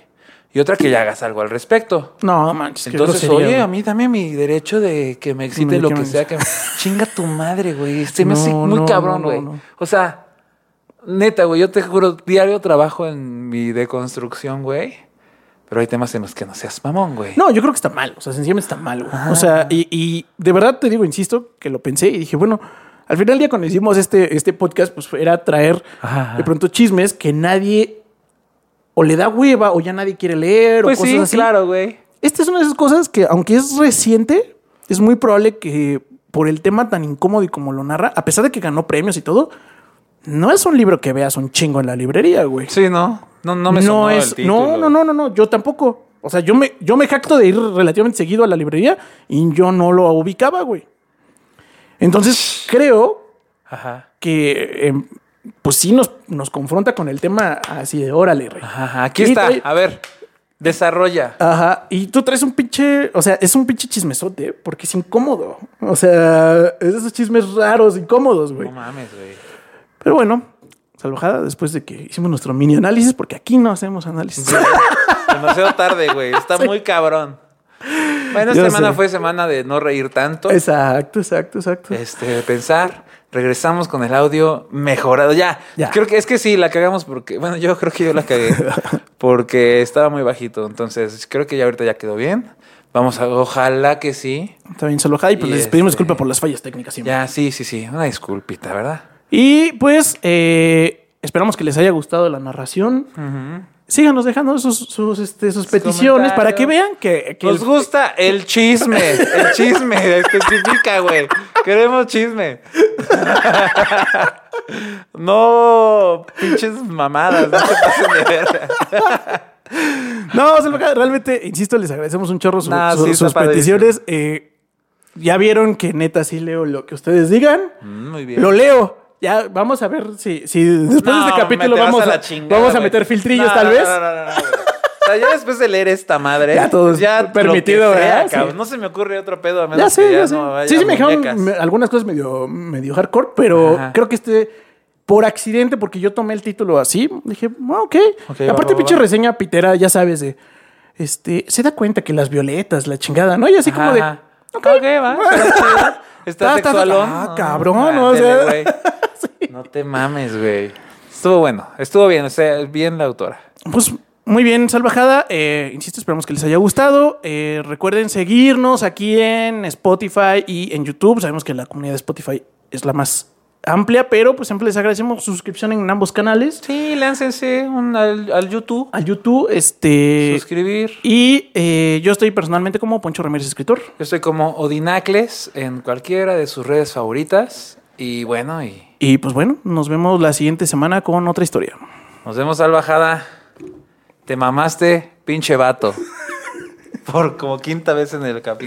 Y otra que ya hagas algo al respecto. No, manches. qué Entonces, grosería, oye, güey. a mí dame mi derecho de que me excite Me- lo que que me- sea. Que me- Chinga tu madre, güey. Se me No, hace muy no, cabrón, no, no, güey. no. O sea, neta, güey, yo te juro, diario trabajo en mi deconstrucción, güey. Pero hay temas en los que no seas mamón, güey. No, yo creo que está mal. O sea, sencillamente está mal, güey. O sea, y, y de verdad te digo, insisto, que lo pensé y dije, bueno, al final del día cuando hicimos este, este podcast, pues era traer Ajá, ajá. de pronto chismes que nadie o le da hueva o ya nadie quiere leer pues o cosas sí, así. claro, güey. Esta es una de esas cosas que, aunque es reciente, es muy probable que por el tema tan incómodo y como lo narra, a pesar de que ganó premios y todo, no es un libro que veas un chingo en la librería, güey. Sí, no. No, no me sonó el título. no, no, no, no, no, yo tampoco. O sea, yo me, yo me jacto de ir relativamente seguido a la librería y yo no lo ubicaba, güey. Entonces, creo Ajá. que, em, pues sí, nos, nos confronta con el tema así de órale, rey. Ajá, ajá. Aquí Y está. trae- A ver, desarrolla. Ajá, y tú traes un pinche, o sea, es un pinche chismesote porque es incómodo. O sea, es de esos chismes raros, incómodos, güey. No mames, güey. Pero bueno, salvajada después de que hicimos nuestro mini análisis, porque aquí no hacemos análisis. Demasiado tarde, güey. Está muy cabrón. Bueno, Yo esta semana sé. fue semana de no reír tanto. exacto, exacto, exacto. Este, pensar. Regresamos con el audio mejorado. Ya. Ya. Creo que es que sí, la cagamos porque. Bueno, yo creo que yo la cagué. porque estaba muy bajito. Entonces, creo que ya ahorita ya quedó bien. Vamos a. Ojalá que sí. Está bien, salvajada, y pues Y les pedimos este- disculpas por las fallas técnicas siempre. Ya, sí, sí, sí. Una disculpita, ¿verdad? Y pues, eh, esperamos que les haya gustado la narración. Síganos dejando sus, sus, este, sus peticiones para que vean que, que Nos el- gusta el chisme. El chisme. Especifica, güey. Queremos chisme. No, pinches mamadas. No se pasen de verga. No, Salvajada, realmente, insisto, les agradecemos un chorro su- Nah, su- sí, está sus padrísimo. peticiones. Eh, ya vieron que neta sí leo lo que ustedes digan. Mm, Muy bien. Lo leo. Ya vamos a ver si, si después No, de este capítulo me- te vas vamos a, la chingada, vamos a güey. meter filtrillos No, tal no, vez. No, no, no, no, güey. O sea, ya después de leer esta madre. Ya todo es lo permitido, que sea, ¿verdad? Sí. cabrón. No se me ocurre otro pedo a menos Ya sé, que ya, ya, sé. no haya sí, sí, me muñecas. dejaron me- algunas cosas medio, medio hardcore, pero Ajá. creo que este, por accidente, porque yo tomé el título así, dije, ah, ok. Ok, Y va, aparte, va, pinche va. reseña pitera, ya sabes, de, este, se da cuenta que las violetas, la chingada, ¿no? Y así como de, Ajá. Ok, va. Está chido. Está Ah, está- sexualón. ah, No, cabrón, o sea. ándale, güey. No te mames, güey. Estuvo bueno. Estuvo bien. O sea, bien la autora. Pues muy bien, Salvajada. Eh, insisto, esperamos que les haya gustado. Eh, recuerden seguirnos aquí en Spotify y en YouTube. Sabemos que la comunidad de Spotify es la más amplia, pero pues siempre les agradecemos su suscripción en ambos canales. Sí, láncense un- al, al YouTube. Al YouTube, este. suscribir. Y eh, yo estoy personalmente como Poncho Ramírez Escritor. Yo estoy como Odinacles en cualquiera de sus redes favoritas. Y bueno, y Y pues bueno, nos vemos la siguiente semana con otra historia. nos vemos al bajada. Te mamaste, pinche vato. Por como quinta vez en el capítulo.